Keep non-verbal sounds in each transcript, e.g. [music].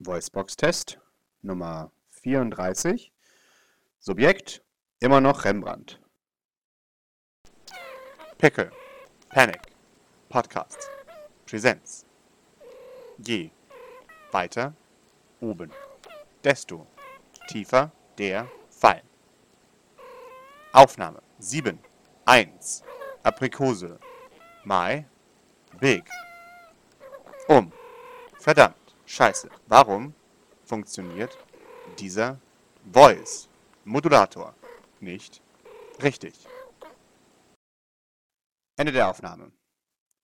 Voicebox-Test Nummer 34. Subjekt immer noch Rembrandt. Pickle, Panic, Podcast, Präsenz. Je, weiter, oben, desto, tiefer der Fall. Aufnahme 7, 1, Aprikose, Mai, Big. Um, verdammt, scheiße, warum funktioniert dieser Voice Modulator nicht richtig? Ende der Aufnahme.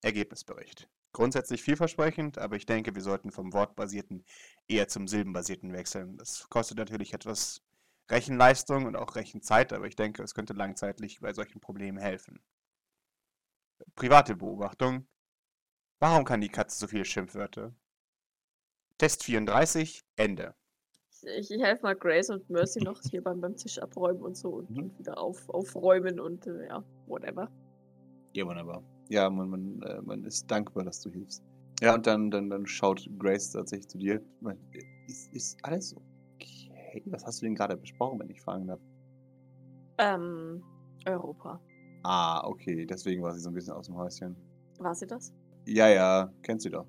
Ergebnisbericht. Grundsätzlich vielversprechend, aber ich denke, wir sollten vom wortbasierten eher zum silbenbasierten wechseln. Das kostet natürlich etwas Rechenleistung und auch Rechenzeit, aber ich denke, es könnte langzeitlich bei solchen Problemen helfen. Private Beobachtung. Warum kann die Katze so viele Schimpfwörter? Test 34, Ende. Ich, ich helfe mal Grace und Mercy noch hier beim, beim Tisch abräumen und so und, und wieder auf, aufräumen und äh, ja, whatever. Ja, wunderbar. Ja, man, man, äh, man ist dankbar, dass du hilfst. Ja, und dann, dann, dann schaut Grace tatsächlich zu dir. Man, Ist, ist alles okay? Was hast du denn gerade besprochen, wenn ich fragen darf? Ähm, Europa. Ah, okay, deswegen war sie so ein bisschen aus dem Häuschen. War sie das? Ja, ja, kennst du doch.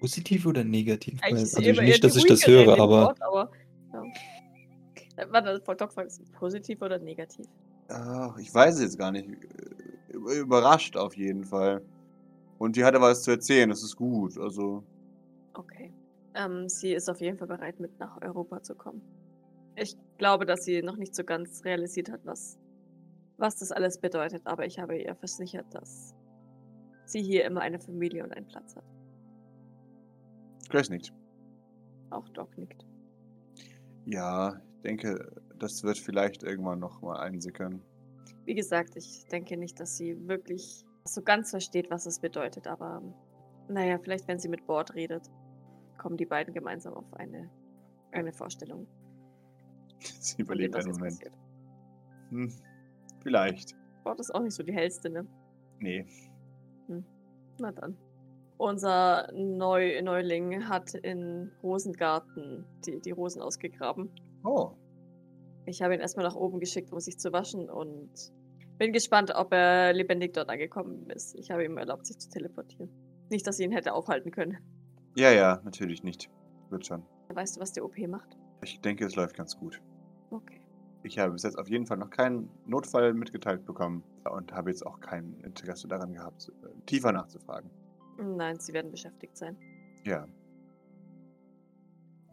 Positiv oder negativ? Eigentlich Weil- ist sie Also immer nicht, eher dass die ich das ruhigere in höre, dem aber Wort, aber ja. Äh, Warte, Frau Doc fragt, ist es positiv oder negativ? Ach, ich weiß es jetzt gar nicht. Ü- Überrascht auf jeden Fall. Und die hatte was zu erzählen, das ist gut. Also, Okay. Ähm, sie ist auf jeden Fall bereit, mit nach Europa zu kommen. Ich glaube, dass sie noch nicht so ganz realisiert hat, was, was das alles bedeutet, aber ich habe ihr versichert, dass sie hier immer eine Familie und einen Platz hat. Grace nickt. Auch Doc nickt. Ja, ich denke, das wird vielleicht irgendwann nochmal einsickern. [laughs] Wie gesagt, ich denke nicht, dass sie wirklich so ganz versteht, was es bedeutet, aber ähm, naja, vielleicht, wenn sie mit Bord redet, kommen die beiden gemeinsam auf eine, eine Vorstellung. Sie von dem, überlegt was einen jetzt Moment. passiert. Hm, vielleicht. Bord ist auch nicht so die hellste, ne? Nee. Na dann. Unser Neu Neuling hat in Rosengarten die, die Rosen ausgegraben. Oh, Ich habe ihn erstmal nach oben geschickt, um sich zu waschen und bin gespannt, ob er lebendig dort angekommen ist. Ich habe ihm erlaubt, sich zu teleportieren. Nicht, dass ich ihn hätte aufhalten können. Ja, ja, natürlich nicht. Wird schon. Weißt du, was der OP macht? Ich denke, es läuft ganz gut. Okay. Ich habe bis jetzt auf jeden Fall noch keinen Notfall mitgeteilt bekommen und habe jetzt auch kein Interesse daran gehabt, äh, tiefer nachzufragen. Nein, sie werden beschäftigt sein. Ja,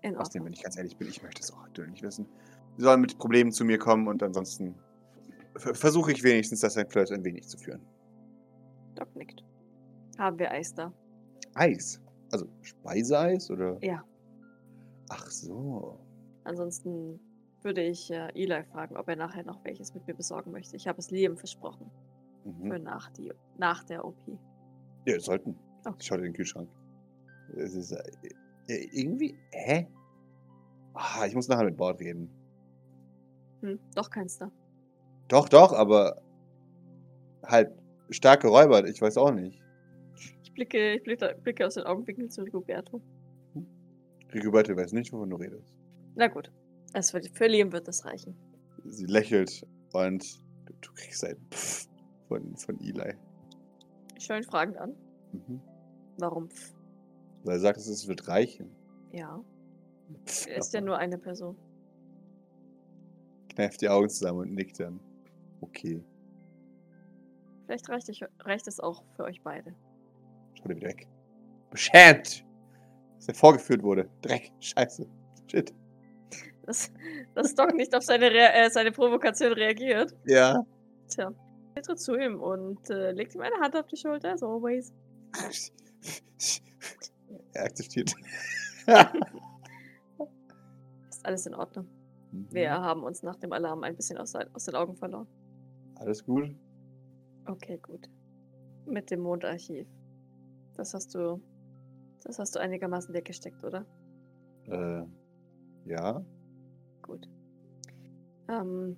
In außerdem, Ordnung. wenn ich ganz ehrlich bin, ich möchte es auch aktuell nicht wissen. Sie sollen mit Problemen zu mir kommen und ansonsten ver- versuche ich wenigstens, das ein Flirt ein wenig zu führen. Doc nickt. Haben wir Eis da? Eis? Also Speiseeis oder? Ja. Ach so. Ansonsten würde ich äh, Eli fragen, ob er nachher noch welches mit mir besorgen möchte. Ich habe es Liam versprochen. Für Mhm. nach, die, nach der OP. Ja, sollten. Okay. Ich schaue in den Kühlschrank. Es ist äh, äh, irgendwie. Hä? Ah, ich muss nachher mit Bord reden. Hm, doch keins da. Doch, doch, aber halt stark geräubert, ich weiß auch nicht. Ich blicke, ich blicke, blicke aus den Augenwinkeln zu Rigoberto. Rigoberto weiß nicht, wovon du redest. Na gut. Es wird, für Liam wird das reichen. Sie lächelt und du, du kriegst ein Pfff von, von Eli. Ich schaue ihn fragend an. Mhm. Warum? Pff, Weil er sagt, es wird reichen. Ja. Pff, Er ist ja nur eine Person. Kneift die Augen zusammen und nickt dann. Okay, Vielleicht reicht, ich, reicht es auch für euch beide. [laughs] schau dir wieder weg. Beschämt! Dass er vorgeführt wurde. Dreck, scheiße. Shit. Dass, dass Doc nicht auf seine, Rea- äh, seine Provokation reagiert. Ja. Tja, er tritt zu ihm und äh, legt ihm eine Hand auf die Schulter, as always. [laughs] er akzeptiert. Ist alles in Ordnung. Wir Mhm. haben uns nach dem Alarm ein bisschen aus, aus den Augen verloren. Alles gut? Okay, gut. Mit dem Mondarchiv. Das hast du. Das hast du einigermaßen weggesteckt, oder? Äh, ja. Gut. Ähm,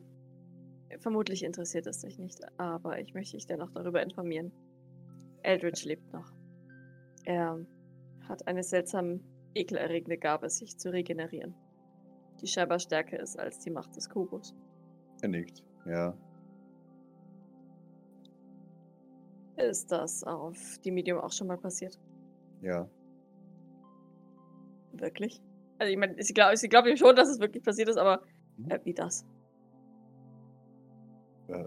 vermutlich interessiert es dich nicht, aber ich möchte dich dennoch darüber informieren. Eldridge lebt noch. Er hat eine seltsam ekelerregende Gabe, sich zu regenerieren, die scheinbar stärker ist als die Macht des Kubus. Er nickt. Ja. Ist das auf die Medium auch schon mal passiert? Ja. Wirklich? Also ich meine, sie glaubt sie glaubt ihm schon, dass es wirklich passiert ist, aber Mhm. äh, wie das? Äh,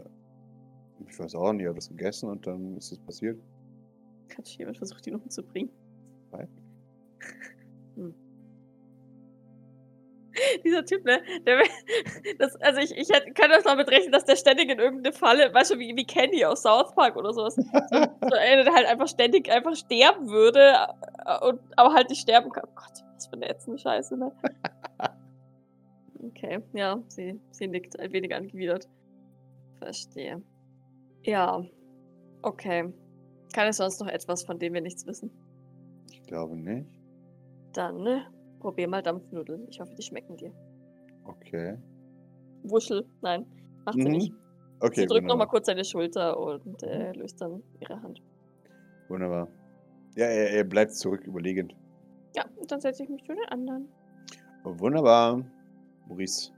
ich weiß auch nicht, er hat was gegessen und dann ist es passiert. Hat schon jemand versucht, ihn umzubringen? Nein. Hm. [laughs] Dieser Typ, ne? Der, [laughs] das, also ich, ich hätte, kann das damit rechnen, dass der ständig in irgendeine Falle, weißt du, wie, wie Candy aus South Park oder sowas, so, so einer, der halt einfach ständig einfach sterben würde, äh, und, aber halt nicht sterben kann. Oh Gott, was für eine ätzende Scheiße, ne? Okay, ja, sie, sie nickt ein wenig angewidert. Verstehe. Ja, okay. Kann es sonst noch etwas, von dem wir nichts wissen? Ich glaube nicht. Dann ne, probier mal Dampfnudeln. Ich hoffe, die schmecken dir. Okay. Wuschel, nein, macht sie Mhm. nicht. Okay, genau. Mhm. sie drückt wunderbar. nochmal kurz seine Schulter und äh, löst dann ihre Hand. wunderbar. Ja, er, er bleibt zurück, überlegend. Ja, und dann setze ich mich zu den anderen. Wunderbar. Maurice,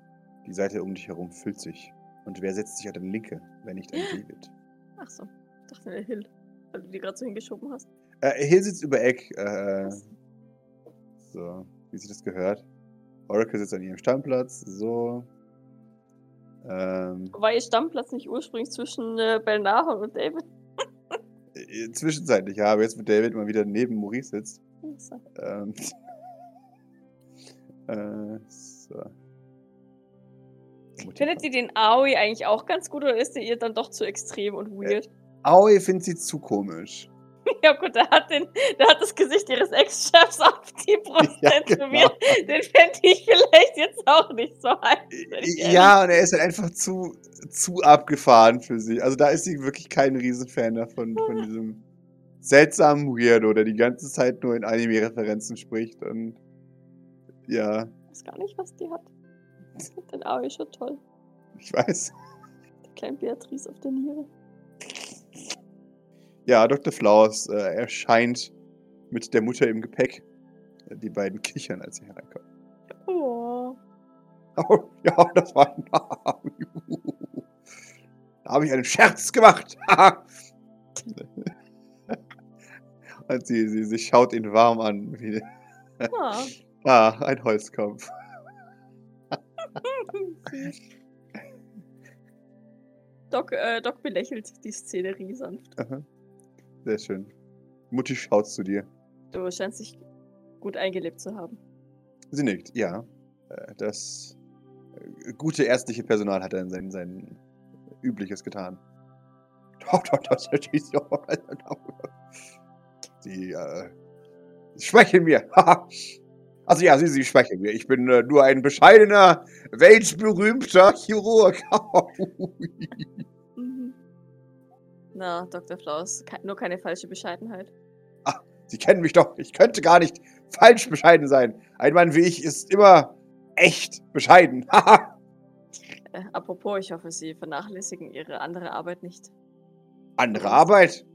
die Seite um dich herum füllt sich. Und wer setzt sich an deine Linke, wenn nicht an David? Ach so, ich dachte der Hill, weil du die gerade so hingeschoben hast. Äh, Hill sitzt über Eck. Äh, Was? so, wie sich das gehört. Oracle sitzt an ihrem Stammplatz. So. Ähm, War ihr Stammplatz nicht ursprünglich zwischen äh, Belnahon und David? äh, zwischenzeitlich, ja, aber jetzt mit David mal wieder neben Maurice sitzt. Ähm. [laughs] äh, so. Findet sie den Aoi eigentlich auch ganz gut oder ist der ihr dann doch zu extrem und weird? Aoi findet sie zu komisch. Ja gut, der hat, den, der hat das Gesicht ihres Ex-Chefs [laughs] auf die Brust Ja, tätowiert. Den fände ich vielleicht jetzt auch nicht so heiß. wenn ich ehrlich Ja, und er ist halt einfach zu, zu abgefahren für sie. Also da ist sie wirklich kein Riesenfan davon, von [laughs] diesem seltsamen Weirdo, der die ganze Zeit nur in Anime-Referenzen spricht und ja, Ich weiß gar nicht, was die hat. Ich finde den Aoi schon toll. ich weiß. Die kleine Beatrice auf der Niere. Ja, Dr. Flowers äh, erscheint mit der Mutter im Gepäck. Die beiden kichern, als sie hereinkommen. Oh. Oh, [laughs] ja, das war ein Da habe ich einen Scherz gemacht. [laughs] Und sie, sie, sie schaut ihn warm an. Wie, Ah. ah, ein Holzkopf. Doc, äh, Doc belächelt die Szenerie sanft. Aha. [laughs] Sehr schön. Mutti schaut zu dir. Du scheinst dich gut eingelebt zu haben. Sie nickt. Ja, äh, das äh, gute ärztliche Personal hat dann sein, sein Übliches getan. [laughs] Sie äh, sprechen mir. [laughs] also ja, sie, sie sprechen mir. Ich bin äh, nur ein bescheidener, weltberühmter Chirurg. [laughs] Mhm. Na, Dr. Flaus, ke nur keine falsche Bescheidenheit. sie kennen mich doch. Ich könnte gar nicht falsch bescheiden sein. Ein Mann wie ich ist immer echt bescheiden. [laughs] Äh, apropos, ich hoffe, Sie vernachlässigen Ihre andere Arbeit nicht. Andere Arbeit?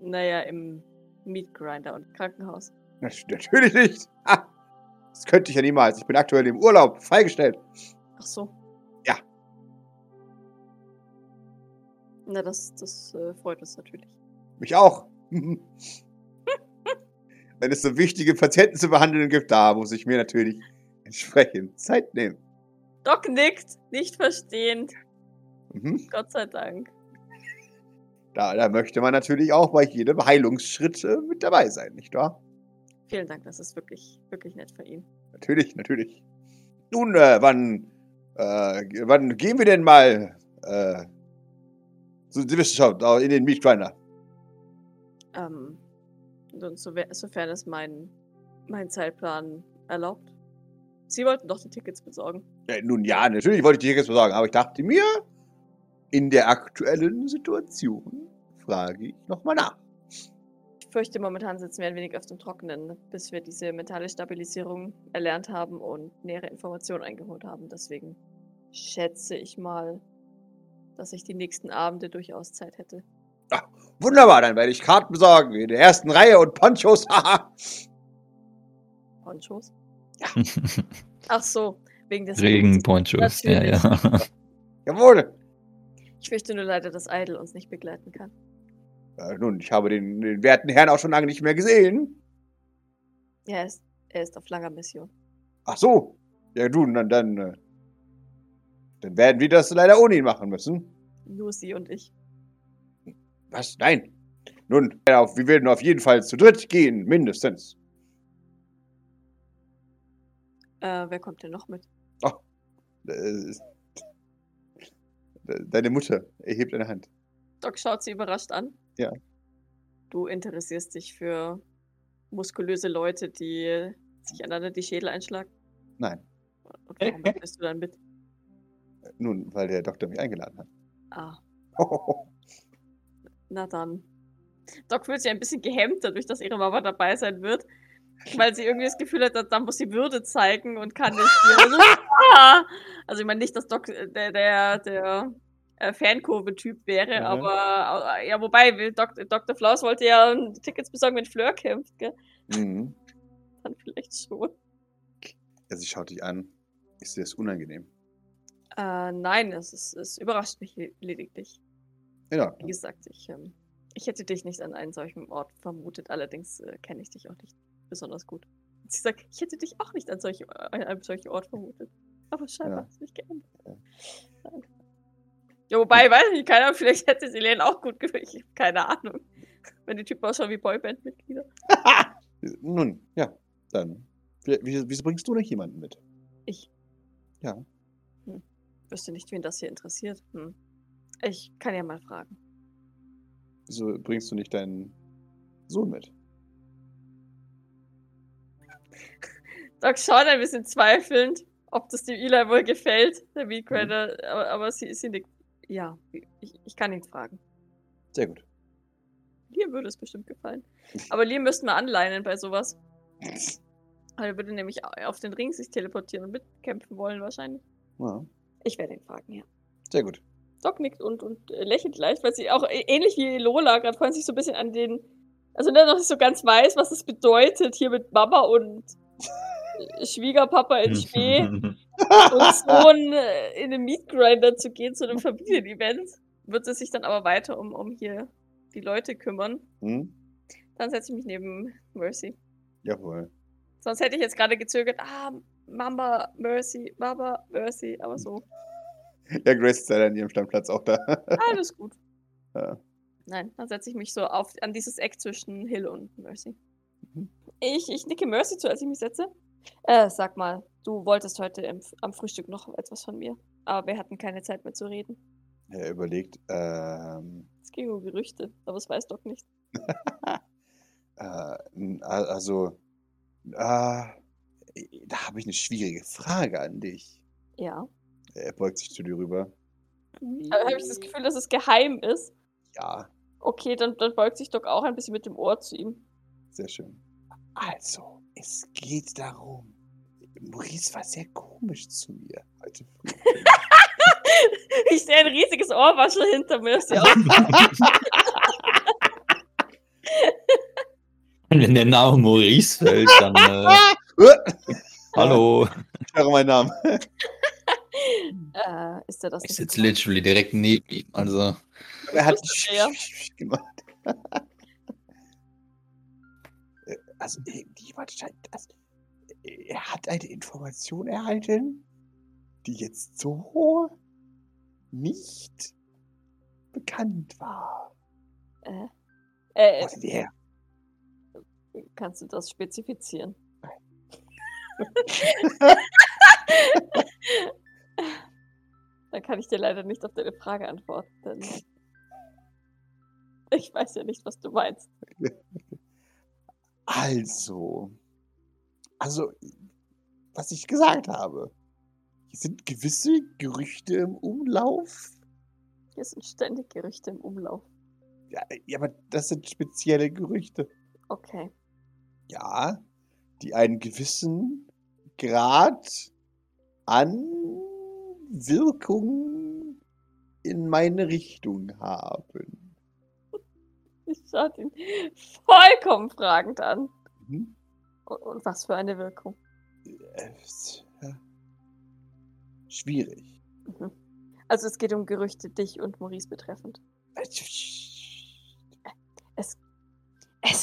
Naja, im Meatgrinder und Krankenhaus. Nat- Natürlich nicht. Ha! Das könnte ich ja niemals. Ich bin aktuell im Urlaub, freigestellt. Ach so. Ja. Na, das, das äh, freut uns natürlich. Mich auch. [laughs] Wenn es so wichtige Patienten zu behandeln gibt, da muss ich mir natürlich entsprechend Zeit nehmen. Doc nickt, nicht verstehend. Mhm. Gott sei Dank. Da, da möchte man natürlich auch bei jedem Heilungsschritt äh, mit dabei sein, nicht wahr? Vielen Dank, das ist wirklich, wirklich nett von Ihnen. Natürlich, natürlich. Nun, äh, wann, äh, g- wann gehen wir denn mal äh, zu der Wissenschaft äh, in den Meatgrinder? Ähm, und so, sofern es mein, mein Zeitplan erlaubt. Sie wollten doch die Tickets besorgen. Äh, Nun ja, natürlich wollte ich dir jetzt mal sagen, aber ich dachte mir, in der aktuellen Situation frage ich nochmal nach. Ich fürchte, momentan sitzen wir ein wenig auf dem Trockenen, bis wir diese mentale Stabilisierung erlernt haben und nähere Informationen eingeholt haben. Deswegen schätze ich mal, dass ich die nächsten Abende durchaus Zeit hätte. Wunderbar, dann werde ich Karten besorgen in der ersten Reihe und Ponchos. [laughs] Haha. Ponchos? [laughs] Ach so, wegen des Regenponchos, ja, ja. Jawohl! Ich fürchte nur leider, dass Idle uns nicht begleiten kann. Äh, nun, ich habe den, den werten Herrn auch schon lange nicht mehr gesehen. Ja, er ist, er ist auf langer Mission. Ach so. Ja, nun, dann, dann, äh, dann werden wir das leider ohne ihn machen müssen. Nur sie und ich. Was? Nein. Nun, ja, auf- wir werden auf jeden Fall zu dritt gehen, mindestens. Äh, wer kommt denn noch mit? Äh, Deine Mutter erhebt eine Hand. Doc schaut sie überrascht an. Ja. Du interessierst dich für muskulöse Leute, die sich einander die Schädel einschlagen? Nein. Und warum bist du dann mit? Nun, weil der Doktor mich eingeladen hat. Ah, na dann. Doc fühlt sich ein bisschen gehemmt dadurch, dass ihre Mama dabei sein wird, weil sie irgendwie das Gefühl hat, dass- da muss sie Würde zeigen und kann nicht. hier so, ah! also ich meine nicht, dass Doc äh, der, der, der äh, Fankurve-Typ wäre, Mhm. aber äh, ja, wobei, will Doc, Dr. Flaus wollte ja ähm, Tickets besorgen, wenn Fleur kämpft, gell? mhm. Dann vielleicht schon. Ja, sie schaut dich an. Ist dir das unangenehm? Äh, nein, es, ist, es überrascht mich le- lediglich. In Wie Ordnung. gesagt, ich, ähm, ich hätte dich nicht an einem solchen Ort vermutet, allerdings äh, kenne ich dich auch nicht besonders gut. Sie sagt, ich hätte dich auch nicht an, solch, an einem solchen Ort vermutet. Aber scheinbar Ja. hat es mich geändert. Ja. Nein. Ja, wobei, weiß ich nicht, keine Ahnung, vielleicht hätte sie Lane auch gut gefallen. Ich hab keine Ahnung. Wenn die Typen ausschauen wie Boyband-Mitglieder. Nun, ja, dann. Wie- wie- Wieso bringst du nicht jemanden mit? Wüsste nicht, wen das hier interessiert. Hm. Ich kann ja mal fragen. Wieso bringst du nicht deinen Sohn mit? Doc schaut ein bisschen zweifelnd, ob das dem Eli wohl gefällt, der Meatgrader, aber, aber sie, sie nickt. Mhm. Ja, ich, ich kann ihn fragen. Sehr gut. Liam würde es bestimmt gefallen. Aber Liam müssten wir anleinen bei sowas. Weil Er würde nämlich au- auf den Ring sich teleportieren und mitkämpfen wollen wahrscheinlich. Ja, Ich werde ihn fragen, ja. sehr gut. Doc nickt und, und äh, lächelt leicht, weil sie auch äh, ähnlich wie Lola gerade vorhin sich so ein bisschen an den, also ne, noch nicht so ganz weiß, was es bedeutet, hier mit Mama [laughs] und Schwiegerpapa Mhm. in Spee und Sohn Um äh, in den Meatgrinder zu gehen zu einem Familienevent, wird sie sich dann aber weiter um, um hier die Leute kümmern. Hm? Dann setze ich mich neben Mercy. Jawohl. Sonst hätte ich jetzt gerade gezögert, ah, Mama, Mercy, Mama, Mercy, aber so. Ja, Grace ist leider an ihrem Stammplatz auch da. [laughs] Alles gut. Ja. Nein, dann setze ich mich so auf, an dieses Eck zwischen Hill und Mercy. Mhm. Ich, ich nicke Mercy zu, als ich mich setze. Äh, sag mal, du wolltest heute im, am Frühstück noch etwas von mir, aber wir hatten keine Zeit mehr zu reden. Er überlegt, ähm, Es ging um Gerüchte, aber es weiß Doc nicht. äh, n- a- also, äh, da habe ich eine schwierige Frage an dich. Ja. Er beugt sich zu dir rüber. Also habe ich das Gefühl, dass es geheim ist. Ja, Okay, dann, dann beugt sich Doc auch ein bisschen mit dem Ohr zu ihm. [laughs] Sehr schön. Also, es geht darum. Maurice war sehr komisch zu mir heute früh. Ich sehe ein riesiges Ohrwaschel hinter Mercy auf. Wenn der Name Maurice fällt, dann. [laughs] Äh, hallo. [laughs] Ich höre meinen Namen. [laughs] äh, ist er das? Ich nicht? sitze literally direkt neben ihm. Also, Er [laughs] hat wusste ja. gemacht. [laughs] Äh, also, irgendjemand scheint. Also, äh, er hat eine Information erhalten, die jetzt so nicht bekannt war. Äh, Wo sind die her? kannst du das [laughs] spezifizieren? Dann kann ich dir leider nicht auf deine Frage antworten, denn ich weiß ja nicht, was du meinst. Also, also, was ich gesagt habe, hier sind gewisse Gerüchte im Umlauf. Hier sind ständig Gerüchte im Umlauf. Ja, ja, aber das sind spezielle Gerüchte. Okay. Ja, die einen gewissen Grad an Wirkung in meine Richtung haben. Ich schaue ihn vollkommen fragend an. Mhm. Und, und was für eine Wirkung. Äh, ist, ja, Schwierig. Mhm. Also es geht um Gerüchte dich und Maurice betreffend. Äh, Es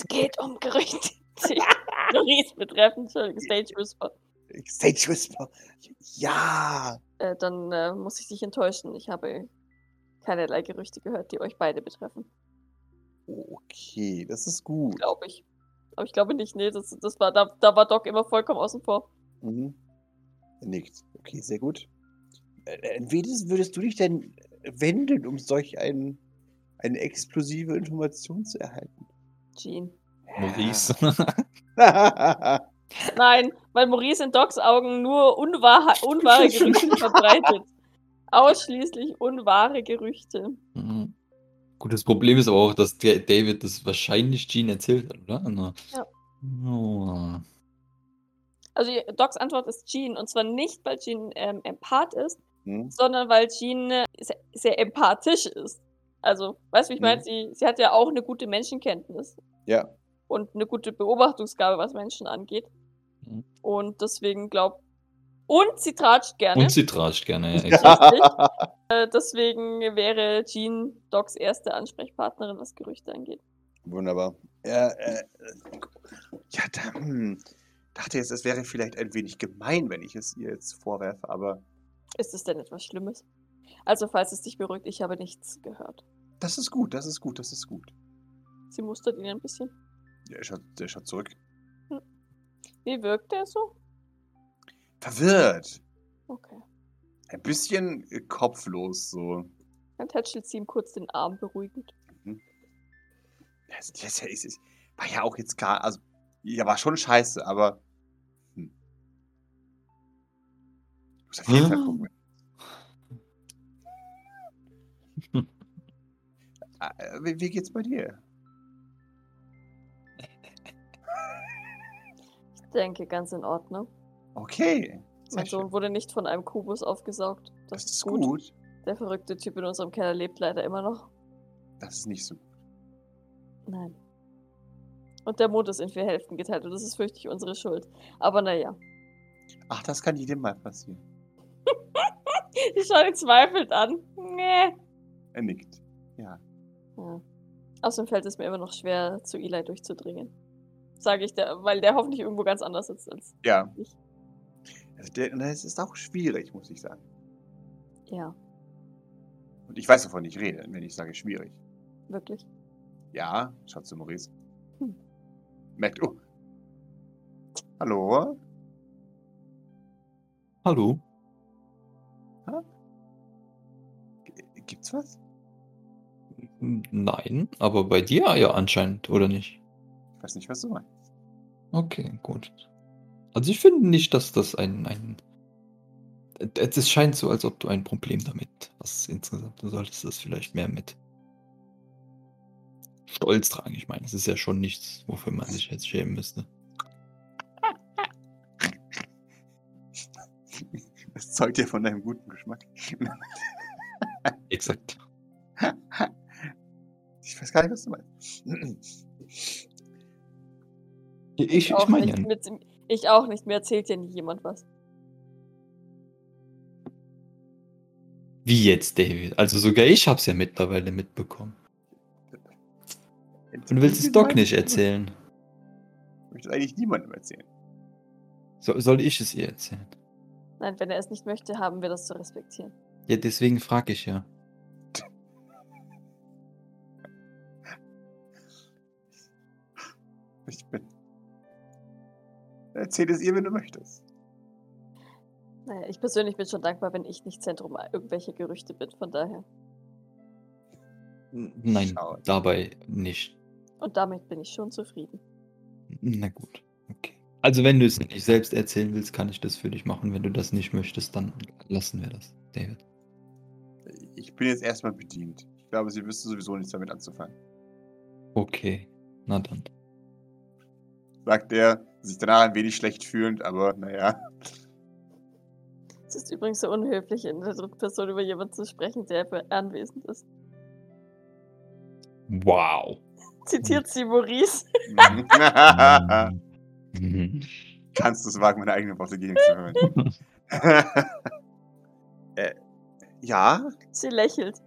geht um [laughs] Gerüchte dich und Maurice betreffend. Entschuldigung, Stage Whisper. Stage Whisper. Ja. Äh, dann äh, muss ich dich enttäuschen. Ich habe keinerlei Gerüchte gehört, die euch beide betreffen. Okay, das ist gut. Glaube ich. Aber ich glaube nicht, nee, das, das war, da, da war Doc immer vollkommen außen vor. Mhm. Er nickt. Okay, sehr gut. Äh, äh, Wenigstens würdest du dich denn wenden, um solch ein, eine explosive Information zu erhalten? Jean. [laughs] Maurice. Ach [laughs] Nein, weil Maurice in Docs Augen nur unwahr, [laughs] unwahre Gerüchte verbreitet. Ausschließlich unwahre Gerüchte. Mhm. [laughs] Gut, das Problem ist aber auch, dass der David das wahrscheinlich Jean erzählt hat, oder? Also, oh. Na. Ja. Ja. Also ihr- Docs Antwort ist Jean. Und zwar nicht, weil Jean ähm, Empath ist, Hm? sondern weil Jean äh, sehr, sehr empathisch ist. Also, weißt du, wie ich meine? Mhm. Sie, sie hat ja auch eine gute Menschenkenntnis Ja. und eine gute Beobachtungsgabe, was Menschen angeht. Mhm. Und deswegen glaubt. Und sie tratscht gerne. Und sie trascht gerne, [laughs] ja, exakt. Richtig. äh, deswegen wäre Jean Docs erste Ansprechpartnerin, was Gerüchte angeht. [laughs] Wunderbar. Ja, äh, ja da, hm, dachte jetzt, es wäre vielleicht ein wenig gemein, wenn ich es ihr jetzt vorwerfe, aber Ist es denn etwas Schlimmes? Also, falls es dich beruhigt, ich habe nichts gehört. das ist gut, das ist gut, das ist gut. Sie mustert ihn ein bisschen. Der schaut, der schaut zurück. Wie wirkt er so? Verwirrt. Okay. Ein bisschen äh, kopflos so. Dann tätschelt sie ihm kurz den Arm beruhigend. Das, das, das ist, war ja auch jetzt gar, also, ja, war schon scheiße, aber. Hm. Du musst auf jeden Fall [laughs] gucken. Äh, Wie, wie geht's bei dir? Ich denke, ganz in Ordnung. Okay. sehr Mein Sohn wurde nicht von einem Kubus aufgesaugt. Das, Also, Das ist gut. Der verrückte Typ in unserem Keller lebt leider immer noch. Das ist nicht so gut. Nein. Und der Mond ist in vier Hälften geteilt und das ist fürchte ich unsere Schuld. Aber [laughs] naja. Ach, das kann jedem mal passieren. Ich schaue ihn zweifelnd an. Nee. Er nickt. Ja. Ja. Außerdem fällt es mir immer noch schwer, zu Eli durchzudringen. Sage ich, der, weil der hoffentlich irgendwo ganz anders sitzt als Ja. ich. Also der, na, es ist auch schwierig, muss ich sagen. Ja, Und ich weiß, wovon ich rede, wenn ich sage schwierig. wirklich. Ja, schaut zu Maurice. Hm. Merkt, oh. Hallo? Hallo? G- Gibt's was? Nein, aber bei dir ja anscheinend, oder nicht? Ich weiß nicht, was du meinst. Okay, gut. Also ich finde nicht, dass das ein, ein... Es es scheint so, als ob du ein Problem damit hast insgesamt. Du solltest das vielleicht mehr mit Stolz tragen. Ich meine, es ist ja schon nichts, wofür man sich jetzt schämen müsste. Das zeugt ja von deinem guten Geschmack. [laughs] Exakt. Ich weiß gar nicht, was du meinst. Ich, ich auch meine ja, nicht mit, ich auch nicht. Mir erzählt ja nie jemand was. wie jetzt, David. Also sogar ich hab's ja mittlerweile mitbekommen. Und du willst es Doc nicht erzählen. Ich möchte es eigentlich niemandem erzählen. So, soll ich es ihr erzählen? Nein, wenn er es nicht möchte, haben wir das zu respektieren. Ja, deswegen frage ich ja. Ich bin. Erzähl es ihr, wenn du möchtest. Naja, ich persönlich bin schon dankbar, wenn ich nicht Zentrum irgendwelcher Gerüchte bin, von daher. Nein, Schaut. dabei nicht. Und damit bin ich schon zufrieden. Na gut, okay. Also wenn du es nicht selbst erzählen willst, kann ich das für dich machen. Wenn du das nicht möchtest, dann lassen wir das, David. Ich bin jetzt erstmal bedient. Ich glaube, sie wüsste sowieso nichts damit anzufangen. Okay, na dann. Sagt er, sich danach ein wenig schlecht fühlend, aber naja. Es ist übrigens so unhöflich, in der dritten Person über jemanden zu sprechen, der be- anwesend ist. Wow. [laughs] Zitiert sie Maurice. [laughs] Mm, Mhm. Kannst du es wagen, meine eigenen Worte gegen zu verwenden? [laughs] äh, ja, [laughs] Sie lächelt.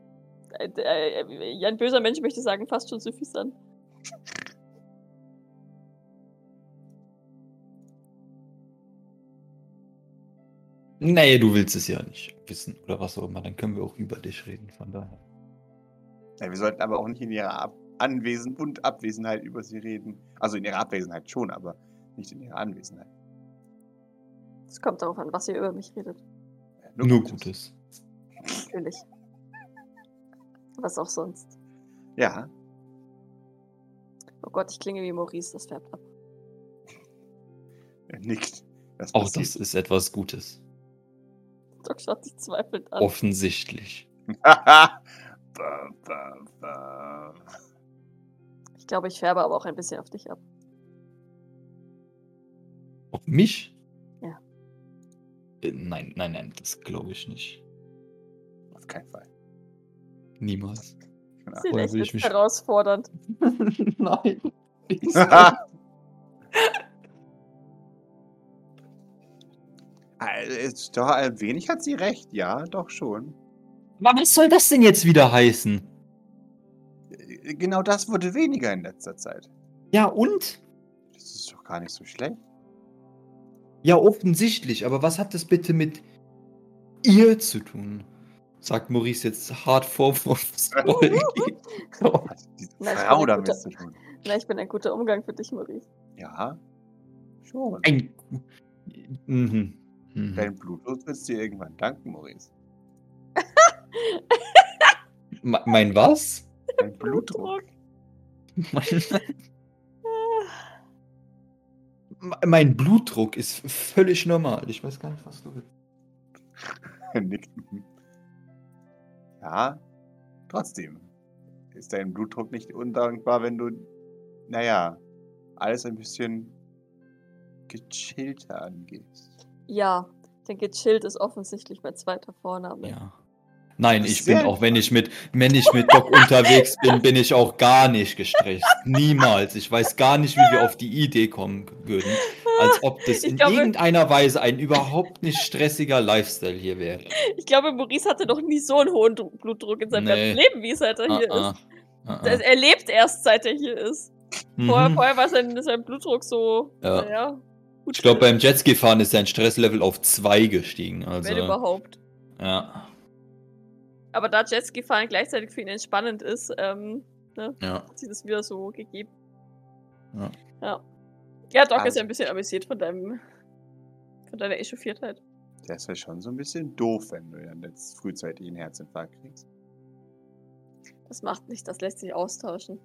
Äh, äh, äh, Ein böser Mensch möchte sagen, fast schon suffisant. Nee, du willst es ja nicht wissen oder was auch immer. Dann können wir auch über dich reden, von daher. Ja, wir sollten aber auch nicht in ihrer Ab Anwesen und Abwesenheit über sie reden. Also in ihrer Abwesenheit schon, aber nicht in ihrer Anwesenheit. Es kommt darauf an, was ihr über mich redet. Nur, Nur Gutes. Gutes. Natürlich. Was auch sonst. Ja, Oh Gott, ich klinge wie Maurice, das färbt ab. er nickt. äh, Das Auch passiert. das ist etwas Gutes. Doc schaut dich zweifelnd an. Offensichtlich. [laughs] Ba, ba, ba. Ich glaube, ich färbe aber auch ein bisschen auf dich ab. Auf mich? Ja. Äh, Nein, nein, nein, das glaube ich nicht. Auf keinen Fall. [laughs] Niemals. Ja, Sie oder sehe ich lächelt mich- herausfordernd. nein. Ah, ist Doch, ein wenig hat sie recht, ja, doch schon. Was soll das denn jetzt wieder heißen? Äh, Genau das wurde weniger in letzter Zeit. Ja, und? Das ist doch gar nicht so schlecht. Ja, offensichtlich, aber was hat das bitte mit ihr zu tun? Sagt Maurice jetzt hart vorwurfsvoll. Hat diese Na, ich bin Frau ein damit guter- zu tun? Na, ich bin ein guter Umgang für dich, Maurice. Ja, schon. Ein. Mhm. Mhm. Dein Blutdurst wird dir irgendwann danken, Maurice. Me- Mein was? Dein Blutdruck. Mein, mein Blutdruck ist völlig normal. Ich weiß gar nicht, was du willst. Nickt. Ja, trotzdem. Ist dein Blutdruck nicht undankbar, wenn du, naja, alles ein bisschen gechillter angehst? Ja, ich denke, Child ist offensichtlich mein zweiter Vorname. Ja. Nein, Das ich ist bin sehr auch, wenn ich mit, wenn ich mit Doc unterwegs bin, bin ich auch gar nicht gestresst. Niemals. Ich weiß gar nicht, wie wir auf die Idee kommen würden, als ob das Ich in glaube- irgendeiner Weise ein überhaupt nicht stressiger Lifestyle hier wäre. Ich glaube, Maurice hatte noch nie so einen hohen Dru- Blutdruck in seinem Nee. ganzen Leben, wie es seit er hier Ah, ist. ah, ah, ah. Er- Er lebt erst, seit er hier ist. Vorher, Mhm. vorher war sein, sein Blutdruck so, Ja. naja, gut Ich glaube, wenn beim Jetski-Fahren ist sein Stresslevel auf 2 gestiegen. Also, überhaupt. ja, Aber da Jetski fahren gleichzeitig für ihn entspannend ist, ähm, ja. hat sie das wieder so gegeben. Ja. Ja, ja Doc ist Also. ein bisschen amüsiert von deinem von deiner Echauffiertheit. Das wäre schon so ein bisschen doof, wenn du dann jetzt frühzeitig einen Herzinfarkt kriegst. Das macht nicht, das lässt sich austauschen.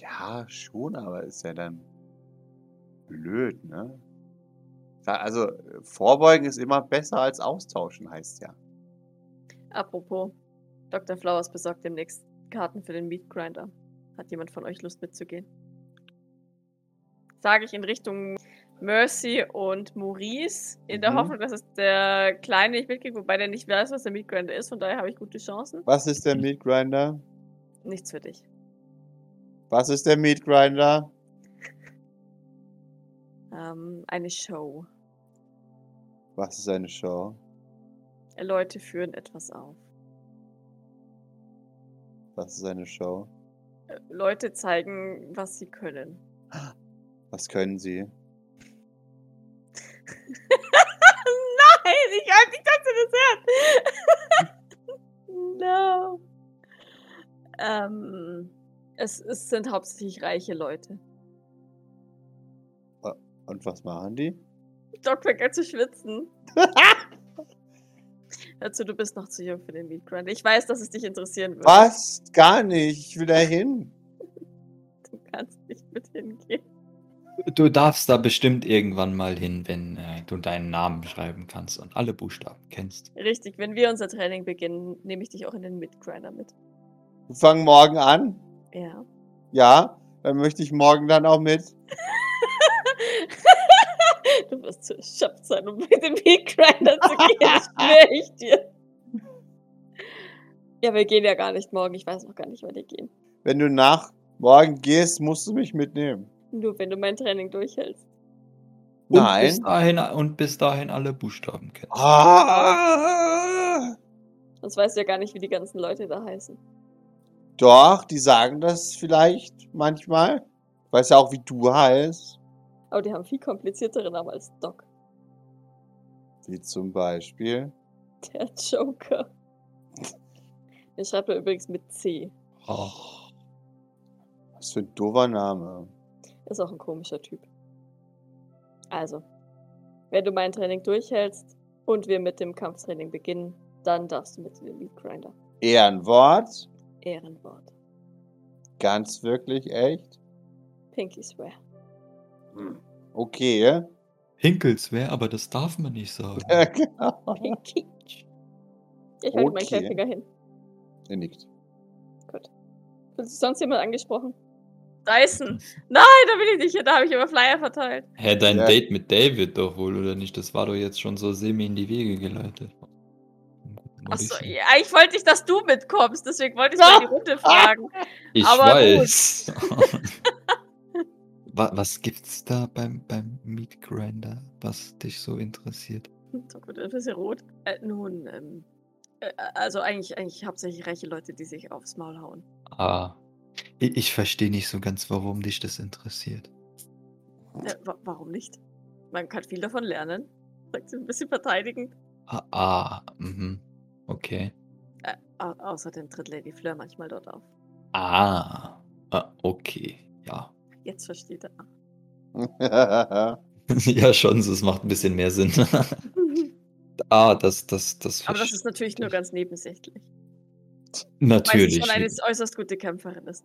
Ja, schon, aber ist ja dann blöd, ne? Da- Also, äh, vorbeugen ist immer besser als austauschen, heißt ja. Apropos, Dr. Flowers besorgt demnächst Karten für den Meat Grinder. Hat jemand von euch Lust mitzugehen? Sage ich in Richtung Mercy und Maurice, in der Mhm. Hoffnung, dass es der Kleine nicht mitkriegt, wobei der nicht weiß, was der Meat Grinder ist, von daher habe ich gute Chancen. Was ist der Meat Grinder? Nichts für dich. Was ist der Meat Grinder? Ähm, eine Show. Was ist eine Show? Leute führen etwas auf. Was ist eine Show? Leute zeigen, was sie können. Was können sie? Nein, ich hab nicht dazu das Herz. [laughs] no. Ähm, es, es sind hauptsächlich reiche Leute. Und was machen die? Doc fängt an zu schwitzen. dazu, du bist noch zu jung für den Meat Grinder. Ich weiß, dass es dich interessieren würde. Was? Gar nicht. Ich will da hin. Du kannst nicht mit hingehen. Du darfst da bestimmt irgendwann mal hin, wenn äh, du deinen Namen schreiben kannst und alle Buchstaben kennst. Richtig, wenn wir unser Training beginnen, nehme ich dich auch in den Meat Grinder mit. Wir fangen morgen an. Ja. Ja, dann möchte ich morgen dann auch mit. Du wirst zu erschöpft sein, um mit dem Meat Grinder zu gehen, das schwöre ich dir. Ja, wir gehen ja gar nicht morgen. Ich weiß noch gar nicht, wann die gehen. Wenn du nach morgen gehst, musst du mich mitnehmen. Nur wenn du mein Training durchhältst. Und Nein. Bis dahin, und bis dahin alle Buchstaben kennst. Ah! Sonst weißt du ja gar nicht, wie die ganzen Leute da heißen. Doch, die sagen das vielleicht manchmal. Ich weiß ja auch, wie du heißt. Aber die haben viel kompliziertere Namen als Doc. Wie zum Beispiel. Der Joker. Den schreibt er übrigens mit C. Ach, Was für ein doofer Name. Ist auch ein komischer Typ. Also, wenn du mein Training durchhältst und wir mit dem Kampftraining beginnen, dann darfst du mit dem Elite Grinder. Ehrenwort. Ehrenwort. Ganz wirklich echt. Pinky [laughs] Swear. Okay. [laughs] Hinkels wäre, aber das darf man nicht sagen. Ja, genau. Pinky. Ich halte meinen Okay. Kleinfinger hin. Er nickt. [laughs] Fühlt sich sonst jemand angesprochen? Dyson! Nein, da bin ich nicht hier, da habe ich immer Flyer verteilt. Hä, dein Ja. Date mit David doch wohl, oder nicht? Das war doch jetzt schon so semi in die Wege geleitet. Achso, ja, ich wollte nicht, dass du mitkommst, deswegen wollte ich mal in die Runde fragen. Ich aber gut. weiß. [laughs] Wa- Was gibt's da beim, beim Meat Grinder, was dich so interessiert? So gut, das ist ja rot. Äh, nun, ähm, äh, also eigentlich, eigentlich hauptsächlich reiche Leute, die sich aufs Maul hauen. Ah. Ich, ich verstehe nicht so ganz, warum dich das interessiert. Äh, wa warum nicht? Man kann viel davon lernen. Sagt sie ein bisschen verteidigend. Ah, ah mhm. Okay. Au außerdem tritt Lady Fleur manchmal dort auf. Ah. ah okay. Ja. [laughs] Jetzt versteht er. ja, schon, so, es macht ein bisschen mehr Sinn. [laughs] ah, das, das, das. Aber das verstehe ist natürlich nur ich. ganz nebensächlich. Weil sie Natürlich. schon eine äußerst gute Kämpferin ist.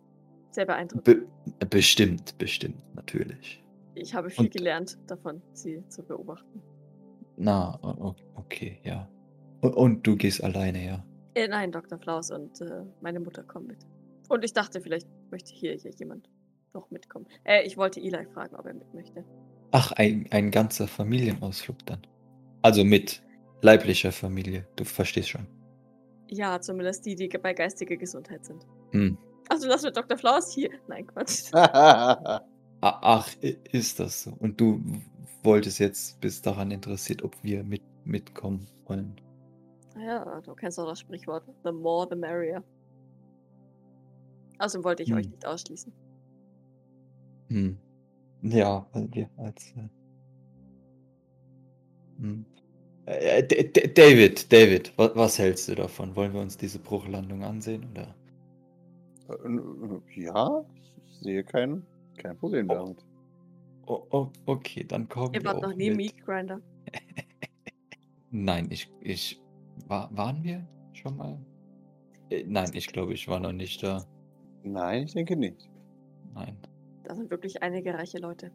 Sehr beeindruckend. Be bestimmt, bestimmt, natürlich. Ich habe viel Und- gelernt davon, sie zu beobachten. Na, o- o- okay, ja. Und, und du gehst alleine, ja. Äh, nein, Dr. Flaus und äh, meine Mutter kommen mit. Und ich dachte, vielleicht möchte hier, hier jemand noch mitkommen. Äh, ich wollte Eli fragen, ob er mit möchte. Ach, ein, ein ganzer Familienausflug dann. Also mit leiblicher Familie, du verstehst schon. Ja, zumindest die, die ge- bei geistiger Gesundheit sind. Hm. Also lass mit Dr. Flaus hier. Nein, Quatsch. A- Ach, i- ist das so? Und du wolltest jetzt, bist daran interessiert, ob wir mit, mitkommen wollen. Ah Ja, du kennst doch das Sprichwort. The more, the merrier. Außerdem wollte ich euch Hm. nicht ausschließen. Hm. Ja, weil wir als. Äh, hm. Äh, D D David, David, wa was hältst du davon? Wollen wir uns diese Bruchlandung ansehen oder? ja, ich sehe kein, kein Problem damit. O o okay, dann kommen Ihr wir wart auch noch nie mit. Meat Grinder. Nein, ich, ich war, waren wir schon mal? Äh, nein, ich glaube, ich war noch nicht da. Nein, ich denke nicht. Nein, Da sind wirklich einige reiche Leute.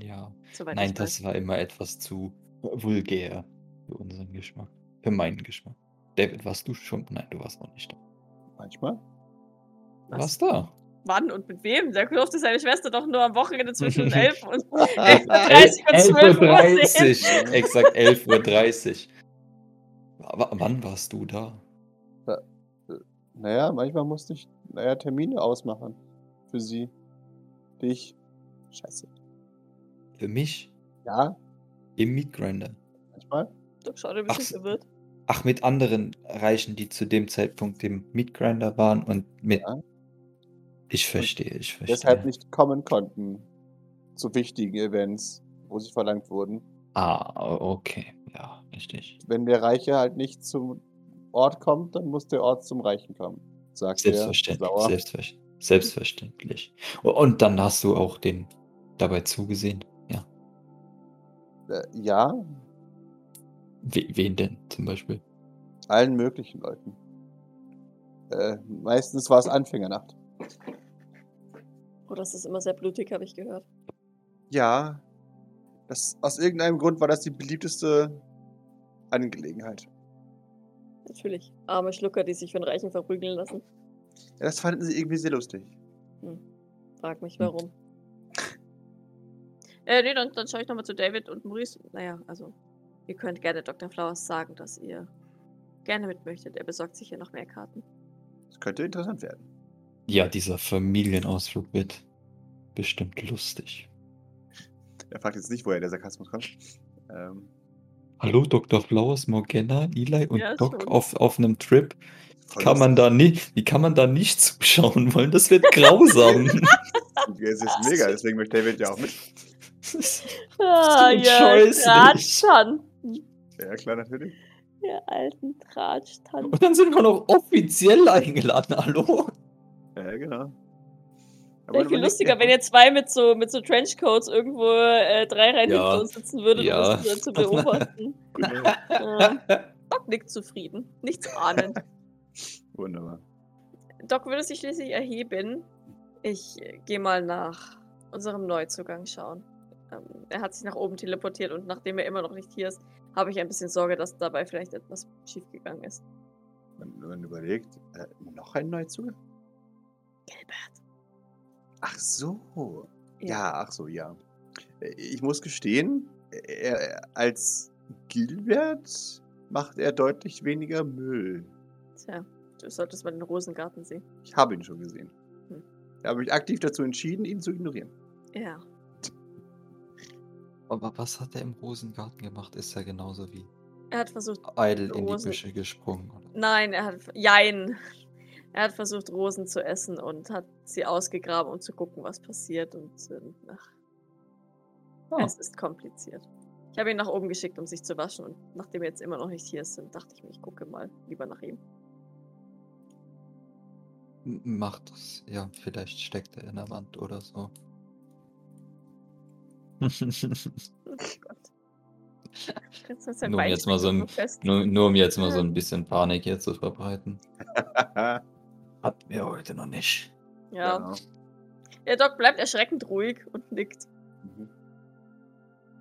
ja. Soweit ich nein, weiß. das war immer etwas zu vulgär für unseren Geschmack, für meinen Geschmack. David, warst du schon? Nein, du warst noch nicht da. Manchmal. Du Was? warst da? Wann und mit wem? Der durfte seine Schwester doch nur am Wochenende zwischen 11 und Äh, 11.30 und 12 Uhr sehen. 11.30 Uhr, exakt 11.30 Uhr. Wa- Wann warst du da? Naja, manchmal musste ich naja, Termine ausmachen. Für sie. Dich. Scheiße. Für mich? Ja, Im Meatgrinder. manchmal. Doch, schau dir ein Ach bisschen so. verwirrt. Ach, mit anderen Reichen, die zu dem Zeitpunkt im Meatgrinder waren und mit. Ja. Ich verstehe, ich verstehe. Deshalb nicht kommen konnten. Zu wichtigen Events, wo sie verlangt wurden. Ah, o- okay. Ja, richtig. Wenn der Reiche halt nicht zum Ort kommt, dann muss der Ort zum Reichen kommen. Sagt er. Selbstverständlich. Sauer. Selbstverständlich. Selbstverständlich. O- Und dann hast du auch den dabei zugesehen. Ja. Äh, ja, We wen denn zum Beispiel? allen möglichen Leuten. Äh, meistens war es Anfängernacht. Oh, das ist immer sehr blutig, habe ich gehört. Ja. Das, aus irgendeinem Grund war das die beliebteste Angelegenheit. Natürlich. Arme Schlucker, die sich von Reichen verprügeln lassen. Hm. Ja, das fanden sie irgendwie sehr lustig. Frag mich warum. äh, nee, dann, dann schaue ich nochmal zu David und Maurice. Naja, also, ihr könnt gerne Dr. Flowers sagen, dass ihr gerne mit möchtet. Er besorgt sich hier noch mehr Karten. Das könnte interessant werden. Ja, dieser Familienausflug wird bestimmt lustig. Er fragt jetzt nicht, woher der Sarkasmus kommt. Ähm, Hallo, Dr. Flowers, Morgana, Eli und Ja, Doc schon. auf, auf einem Trip. voll Kann man da nicht, wie kann man da nicht zuschauen wollen? Das wird grausam. lustig. Es ist mega, deswegen möchte David ja auch mit. Ah, ein ihr Scheußlich. Drahtschanten. Ja, klar, natürlich. Ihr alten Drahtschanten. [laughs] und dann sind wir noch offiziell eingeladen. Hallo? Ja, genau. Aber Wäre du viel überlegst lustiger, dir- wenn ihr zwei mit so, mit so Trenchcoats irgendwo äh, drei Reihen Ja. hinter uns sitzen würdet, Ja. um das äh, zu beobachten. Genau. ja. Doc nickt zufrieden, nichts ahnend. [laughs] Wunderbar. Doc würde sich schließlich erheben. Ich äh, gehe mal nach unserem Neuzugang schauen. Ähm, er hat sich nach oben teleportiert und nachdem er immer noch nicht hier ist, habe ich ein bisschen Sorge, dass dabei vielleicht etwas schiefgegangen ist. Wenn wenn man überlegt, äh, noch ein Neuzugang? Gilbert. Ach so. Ja. Ja. ach so, ja. Äh, Ich muss gestehen, er, er- als Gilbert macht er deutlich weniger Müll. Tja, du solltest mal den Rosengarten sehen. Ich habe ihn schon gesehen. Hm. Ich habe mich aktiv dazu entschieden, ihn zu ignorieren. [laughs] Ja. Aber was hat er im Rosengarten gemacht? Ist er genauso wie Er hat versucht. Eidel in die Rosen- Büsche gesprungen? Oder? Nein, er hat. Jein. Er hat versucht, Rosen zu essen und hat sie ausgegraben, um zu gucken, was passiert. Und ähm, ach, Ah. es ist kompliziert. Ich habe ihn nach oben geschickt, um sich zu waschen. Und nachdem er jetzt immer noch nicht hier ist, dann dachte ich mir, ich gucke mal lieber nach ihm. [laughs] M- Macht es. Ja, vielleicht steckt er in der Wand oder [laughs] so. Oh Gott. Kannst du sein Nur um Bein jetzt mal so stecken, ein, fest. nur, nur um jetzt mal so ein bisschen Panik hier zu verbreiten. Haha, Hatten wir heute noch nicht. Ja. genau. Der Doc bleibt erschreckend ruhig und nickt Mhm.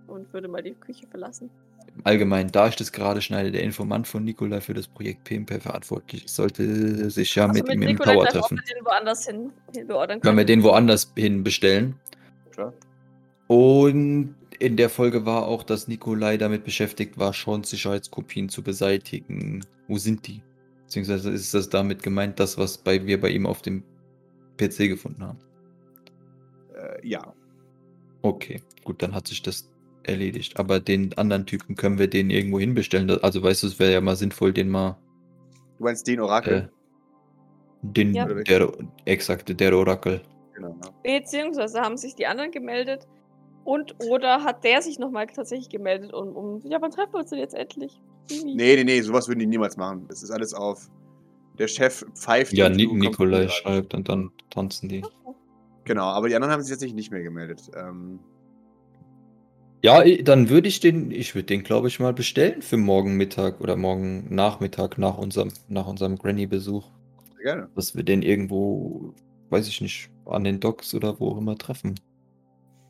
und würde mal die Küche verlassen. Im Allgemeinen, da ich das gerade schneide, der Informant von Nikolai für das Projekt PMP verantwortlich ist, sollte sich ja Also mit, ihm im Nikolai Tower gleich auch, treffen. wenn wir den woanders hin, hin beordern Können wir den woanders hin bestellen? Klar. Und in der Folge war auch, dass Nikolai damit beschäftigt war, schon Sicherheitskopien zu beseitigen. Wo sind die? Beziehungsweise ist das damit gemeint, das, was bei, wir bei ihm auf dem PC gefunden haben? Äh, ja, Okay, gut, dann hat sich das erledigt. Aber den anderen Typen können wir den irgendwo hinbestellen. Da- Also weißt du, es wäre ja mal sinnvoll, den mal. du meinst den Äh, Orakel? den, Ja. der, exakt, der Orakel. Genau. Beziehungsweise haben sich die anderen gemeldet. Und oder hat der sich nochmal tatsächlich gemeldet und um. Ja, wann treffen wir uns denn jetzt endlich? Mimi. Nee, nee, nee, sowas würden die niemals machen. Das ist alles auf. Der Chef pfeift. Ja, und Ni du kommst Nikolai nicht rein. schreibt und dann tanzen die. Genau, aber die anderen haben sich tatsächlich nicht mehr gemeldet. Ähm, Ja, i- dann würde ich den, ich würde den, glaube ich, mal bestellen für morgen Mittag oder morgen Nachmittag nach unserem, nach unserem Granny-Besuch, sehr gerne. dass wir den irgendwo, weiß ich nicht, an den Docks oder wo auch immer treffen.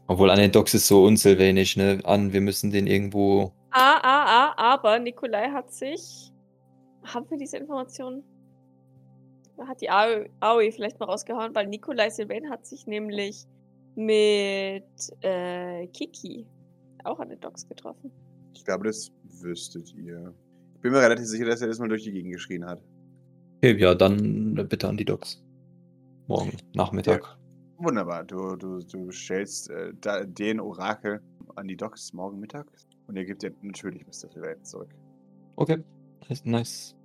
Obwohl an den Docks ist so unsilvanisch, ne? An, wir müssen den irgendwo. Ah, ah, ah, aber Nikolai hat sich. Haben wir diese Informationen? Hat die E, Aoi Aoi vielleicht mal rausgehauen, weil Nikolai Sylvain hat sich nämlich mit äh, Kiki auch an den Docks getroffen. Ich glaube, das wüsstet ihr. Ich bin mir relativ sicher, dass er das mal durch die Gegend geschrien hat. Okay, ja, dann bitte an die Docks. Morgen Nachmittag. Wunderbar. Du, du, du stellst äh, da, den Orakel an die Docks morgen Mittag und er gibt dir natürlich Mr. Sylvain zurück. Okay, nice. nice.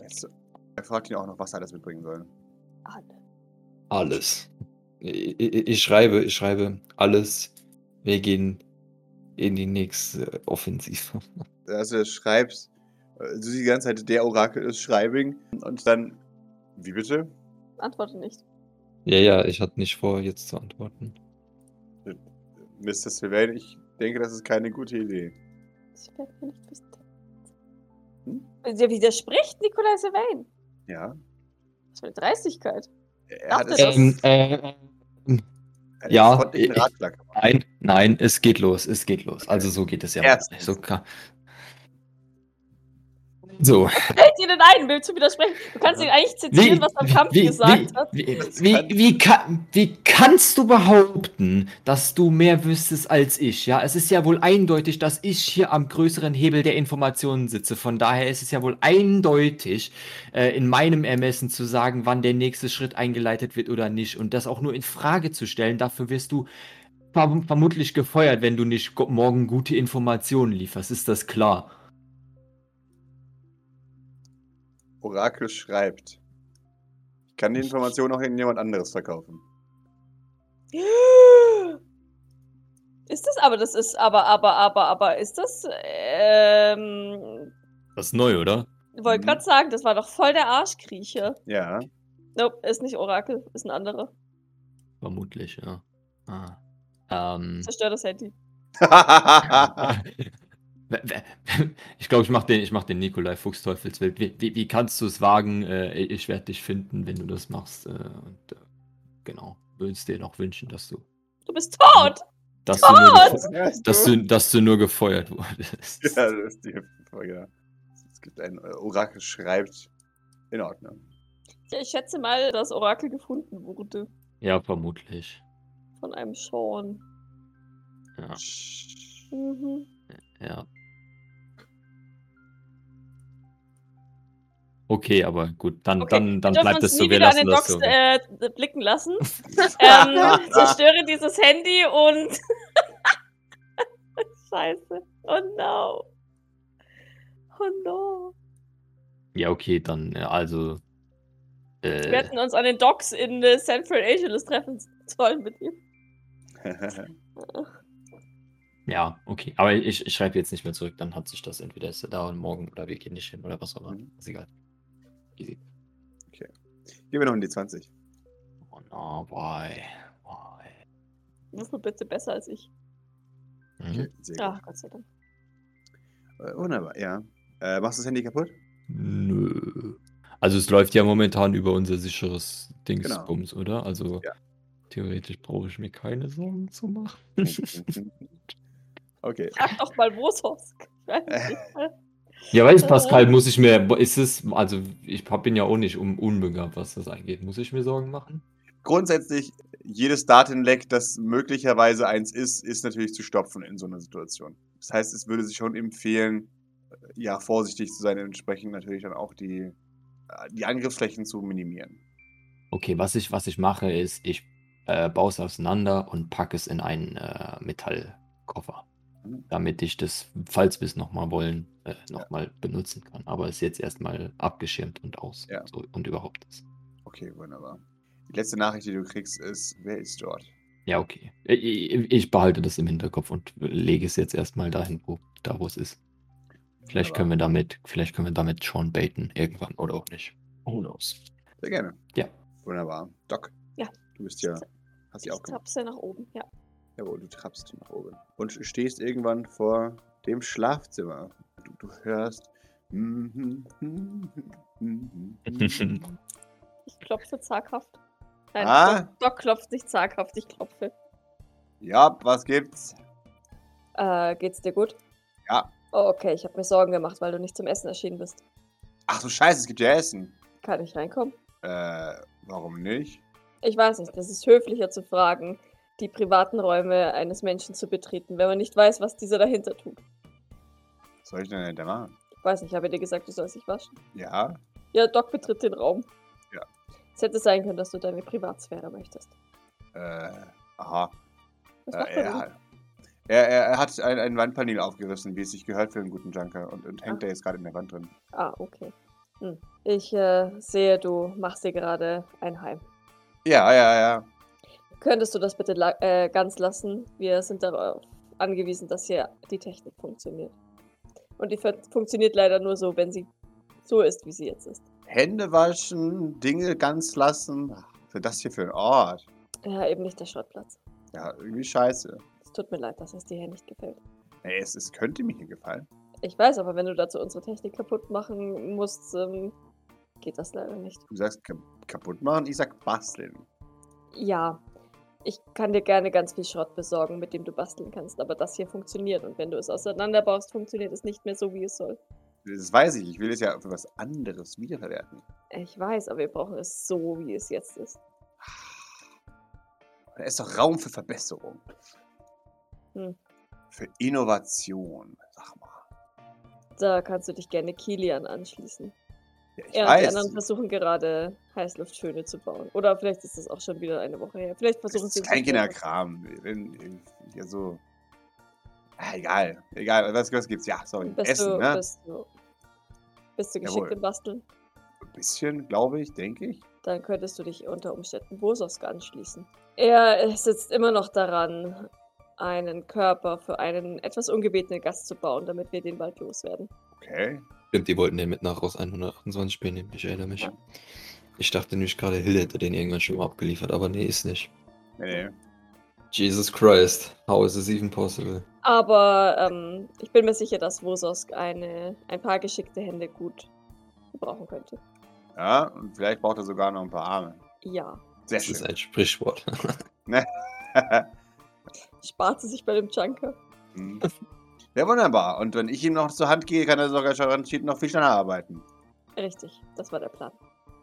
Weißt du, Er fragt ihn auch noch, was er alles mitbringen soll. Alle. Alles. Ich, ich, ich schreibe, ich schreibe alles. Wir gehen in die nächste Offensive. [laughs] Also er schreibt, äh, du siehst die ganze Zeit, der Orakel ist Schreibing und dann, wie bitte? Antworte nicht. Ja, ja, ich hatte nicht vor, jetzt zu antworten. Mr. Sylvain, ich denke, das ist keine gute Idee. Ich werde mir nicht bestimmt. Hm? Der widerspricht Nikolai Sylvain. Ja. Was für eine Dreistigkeit. Er hat Dachte es Das- Ähm, äh, einen Ähm, ja, äh, freundlichen ich- Ratschlag gemacht. nein, nein, es geht los, es geht los. Also so geht es ja. Erstens. nicht. So kann. So. Fällt dir denn ein, Bild zu widersprechen? Du kannst ihn eigentlich zitieren, was am Kampf gesagt hat. wie, wie, wie, kann, wie kannst du behaupten, dass du mehr wüsstest als ich? Ja, es ist ja wohl eindeutig, dass ich hier am größeren Hebel der Informationen sitze. Von daher ist es ja wohl eindeutig, äh, in meinem Ermessen zu sagen, wann der nächste Schritt eingeleitet wird oder nicht. Und das auch nur in Frage zu stellen, dafür wirst du verm- vermutlich gefeuert, wenn du nicht go- morgen gute Informationen lieferst. Ist das klar? Orakel schreibt. Ich kann die Information auch in jemand anderes verkaufen. Ist das aber, das ist aber, aber, aber, aber, ist das, ähm, Das ist neu, oder? wollte Mhm. gerade sagen, das war doch voll der Arschkriecher. Ja. Nope, ist nicht Orakel, ist ein anderer. Vermutlich, ja. Ah. Ähm, Zerstör das Handy. ich glaube, ich mache den, ich mach den Nikolai Fuchs Teufelswild. Wie, wie, wie kannst du es wagen? Äh, ich werde dich finden, wenn du das machst. Äh, und äh, genau, würdest dir noch wünschen, dass du, Du bist tot! dass du, nur, Was? gefeu- dass du, dass du nur gefeuert wurdest. Ja, das ist die Folge. ja. Es gibt ein äh, Orakel schreibt. In Ordnung. Ja, ich schätze mal, dass Orakel gefunden wurde Ja, vermutlich. von einem Sean. Ja, [laughs] Mhm. ja. Okay, aber gut, dann, Okay, dann, dann wir dürfen bleibt uns es so. nie Wir wieder an lassen den das Docs so. äh, blicken [laughs] lassen. ähm, zerstöre dieses Handy und. [laughs] Scheiße. Oh no. Oh no. Ja, okay, dann, äh, also. Äh, Wir hätten uns an den Docks in äh, Central Angeles treffen sollen mit ihm. Ja, okay. Aber ich, ich schreibe jetzt nicht mehr zurück, dann hat sich das entweder ist er da und morgen oder wir gehen nicht hin oder was auch immer. Mhm. Ist egal. Easy. Gehen wir noch in die 20. Oh no, why? Why? Ruf mir bitte besser als ich. Mhm. Sehr gut. Ach, Gott sei Dank. Äh, wunderbar, ja. Äh, machst du das Handy [laughs] kaputt? [laughs] Nö. Also es läuft ja momentan über unser sicheres Dingsbums, oder? Also Genau. Ja. theoretisch brauche ich mir keine Sorgen zu machen. okay. Sag doch mal, wo sonst. Ja, weiß Oh. [laughs] Pascal, muss ich mir, ist es, also ich hab- bin ja auch nicht um, unbegabt, was das angeht. Muss ich mir Sorgen machen? Grundsätzlich, jedes Datenleck, das möglicherweise eins ist, ist natürlich zu stopfen in so einer Situation. Das heißt, es würde sich schon empfehlen, äh, ja, vorsichtig zu sein, entsprechend natürlich dann auch die, äh, die Angriffsflächen zu minimieren. Okay, was ich, was ich mache, ist, ich äh, baue es auseinander und packe es in einen äh, Metallkoffer, Mhm. damit ich das, falls wir es nochmal wollen, äh, nochmal benutzen kann. Aber es ist jetzt erstmal abgeschirmt und aus Ja. so, und überhaupt ist. Okay, wunderbar. Die letzte Nachricht, die du kriegst, ist, wer ist dort? Ja, okay. Ich, ich- ich behalte das im Hinterkopf und lege es jetzt erstmal dahin, wo, da wo es ist. Vielleicht Wunderbar. können wir damit, vielleicht können wir damit Sean baiten irgendwann oder auch nicht. Who knows? Sehr gerne. Ja. Wunderbar. Doc. Ja. Du bist ja, hast dich Ich auch gemacht. tapp's ja nach oben, ja. Jawohl, du trappst nach oben. Und stehst irgendwann vor dem Schlafzimmer. Du, du hörst. Ich klopfe zaghaft. Nein, Ah. Doc, Doc klopft nicht zaghaft, ich klopfe. ja, was gibt's? Äh, geht's dir gut? Ja. Oh, okay, ich habe mir Sorgen gemacht, weil du nicht zum Essen erschienen bist. Ach so, Scheiße, es gibt ja Essen. Kann ich reinkommen? Äh, warum nicht? Ich weiß nicht, es ist höflicher zu fragen, die privaten Räume eines Menschen zu betreten, wenn man nicht weiß, was dieser dahinter tut. Was soll ich denn da machen? Ich weiß nicht, ich habe dir gesagt, du sollst dich waschen. Ja, Ja, Doc betritt den Raum. Ja. Es hätte sein können, dass du deine Privatsphäre möchtest. äh, aha. Was macht Äh, man denn? er, er, er, er hat ein, ein Wandpanel aufgerissen, wie es sich gehört für einen guten Junker. Und, und hängt da jetzt gerade in der Wand drin. Ah, okay. Hm. Ich äh, sehe, du machst dir gerade ein Heim. Ja, ja, ja. Könntest du das bitte la äh, ganz lassen? Wir sind darauf angewiesen, dass hier die Technik funktioniert. Und die ver- funktioniert leider nur so, wenn sie so ist, wie sie jetzt ist. Hände waschen, Dinge ganz lassen. Für das hier für ein Ort. Ja, eben nicht der Schrottplatz. Ja, irgendwie scheiße. Es tut mir leid, dass es dir hier nicht gefällt. Ey, es, es könnte mir hier gefallen. Ich weiß, aber wenn du dazu unsere Technik kaputt machen musst, ähm, geht das leider nicht. Du sagst ka kaputt machen, ich sag basteln. Ja, ich kann dir gerne ganz viel Schrott besorgen, mit dem du basteln kannst, aber das hier funktioniert. Und wenn du es auseinanderbaust, funktioniert es nicht mehr so, wie es soll. Das weiß ich. Ich will es ja für was anderes wiederverwerten. Ich weiß, aber wir brauchen es so, wie es jetzt ist. Da ist doch Raum für Verbesserung. Hm. Für Innovation, sag mal. Da kannst du dich gerne Kilian anschließen. Ja, ich Er und die anderen weiß. versuchen gerade Heißluftschöne zu bauen. Oder vielleicht ist das auch schon wieder eine Woche her. Vielleicht Das versuchen sie ist es kein jetzt selber. Kinderkram. Wir reden Ja, so. Ah, egal. Egal. Was, was gibt's? Ja, sorry. Bist Essen, du, ne? bist du, bist du geschickt Jawohl. im Basteln? Ein bisschen, glaube ich, denke ich. Dann könntest du dich unter Umständen Bososk anschließen. Er äh, sitzt immer noch daran, einen Körper für einen etwas ungebetenen Gast zu bauen, damit wir den bald loswerden. Okay. Stimmt, die wollten den mit nach Ross 128 spielen, nehmen, ich erinnere mich. Ich dachte nämlich gerade, Hilde hätte den irgendwann schon mal abgeliefert, aber nee, ist nicht. Nee, Hm. nee. Jesus Christ, how is this even possible? Aber ähm, ich bin mir sicher, dass Wososk eine, ein paar geschickte Hände gut gebrauchen könnte. Ja, und vielleicht braucht er sogar noch ein paar Arme. Ja. Sehr Das ist schön. ein Sprichwort. [laughs] [laughs] Spart sie sich bei dem Junker. Hm. Ja, wunderbar. Und wenn ich ihm noch zur Hand gehe, kann er sogar schon garantiert noch viel schneller arbeiten. Richtig, das war der Plan.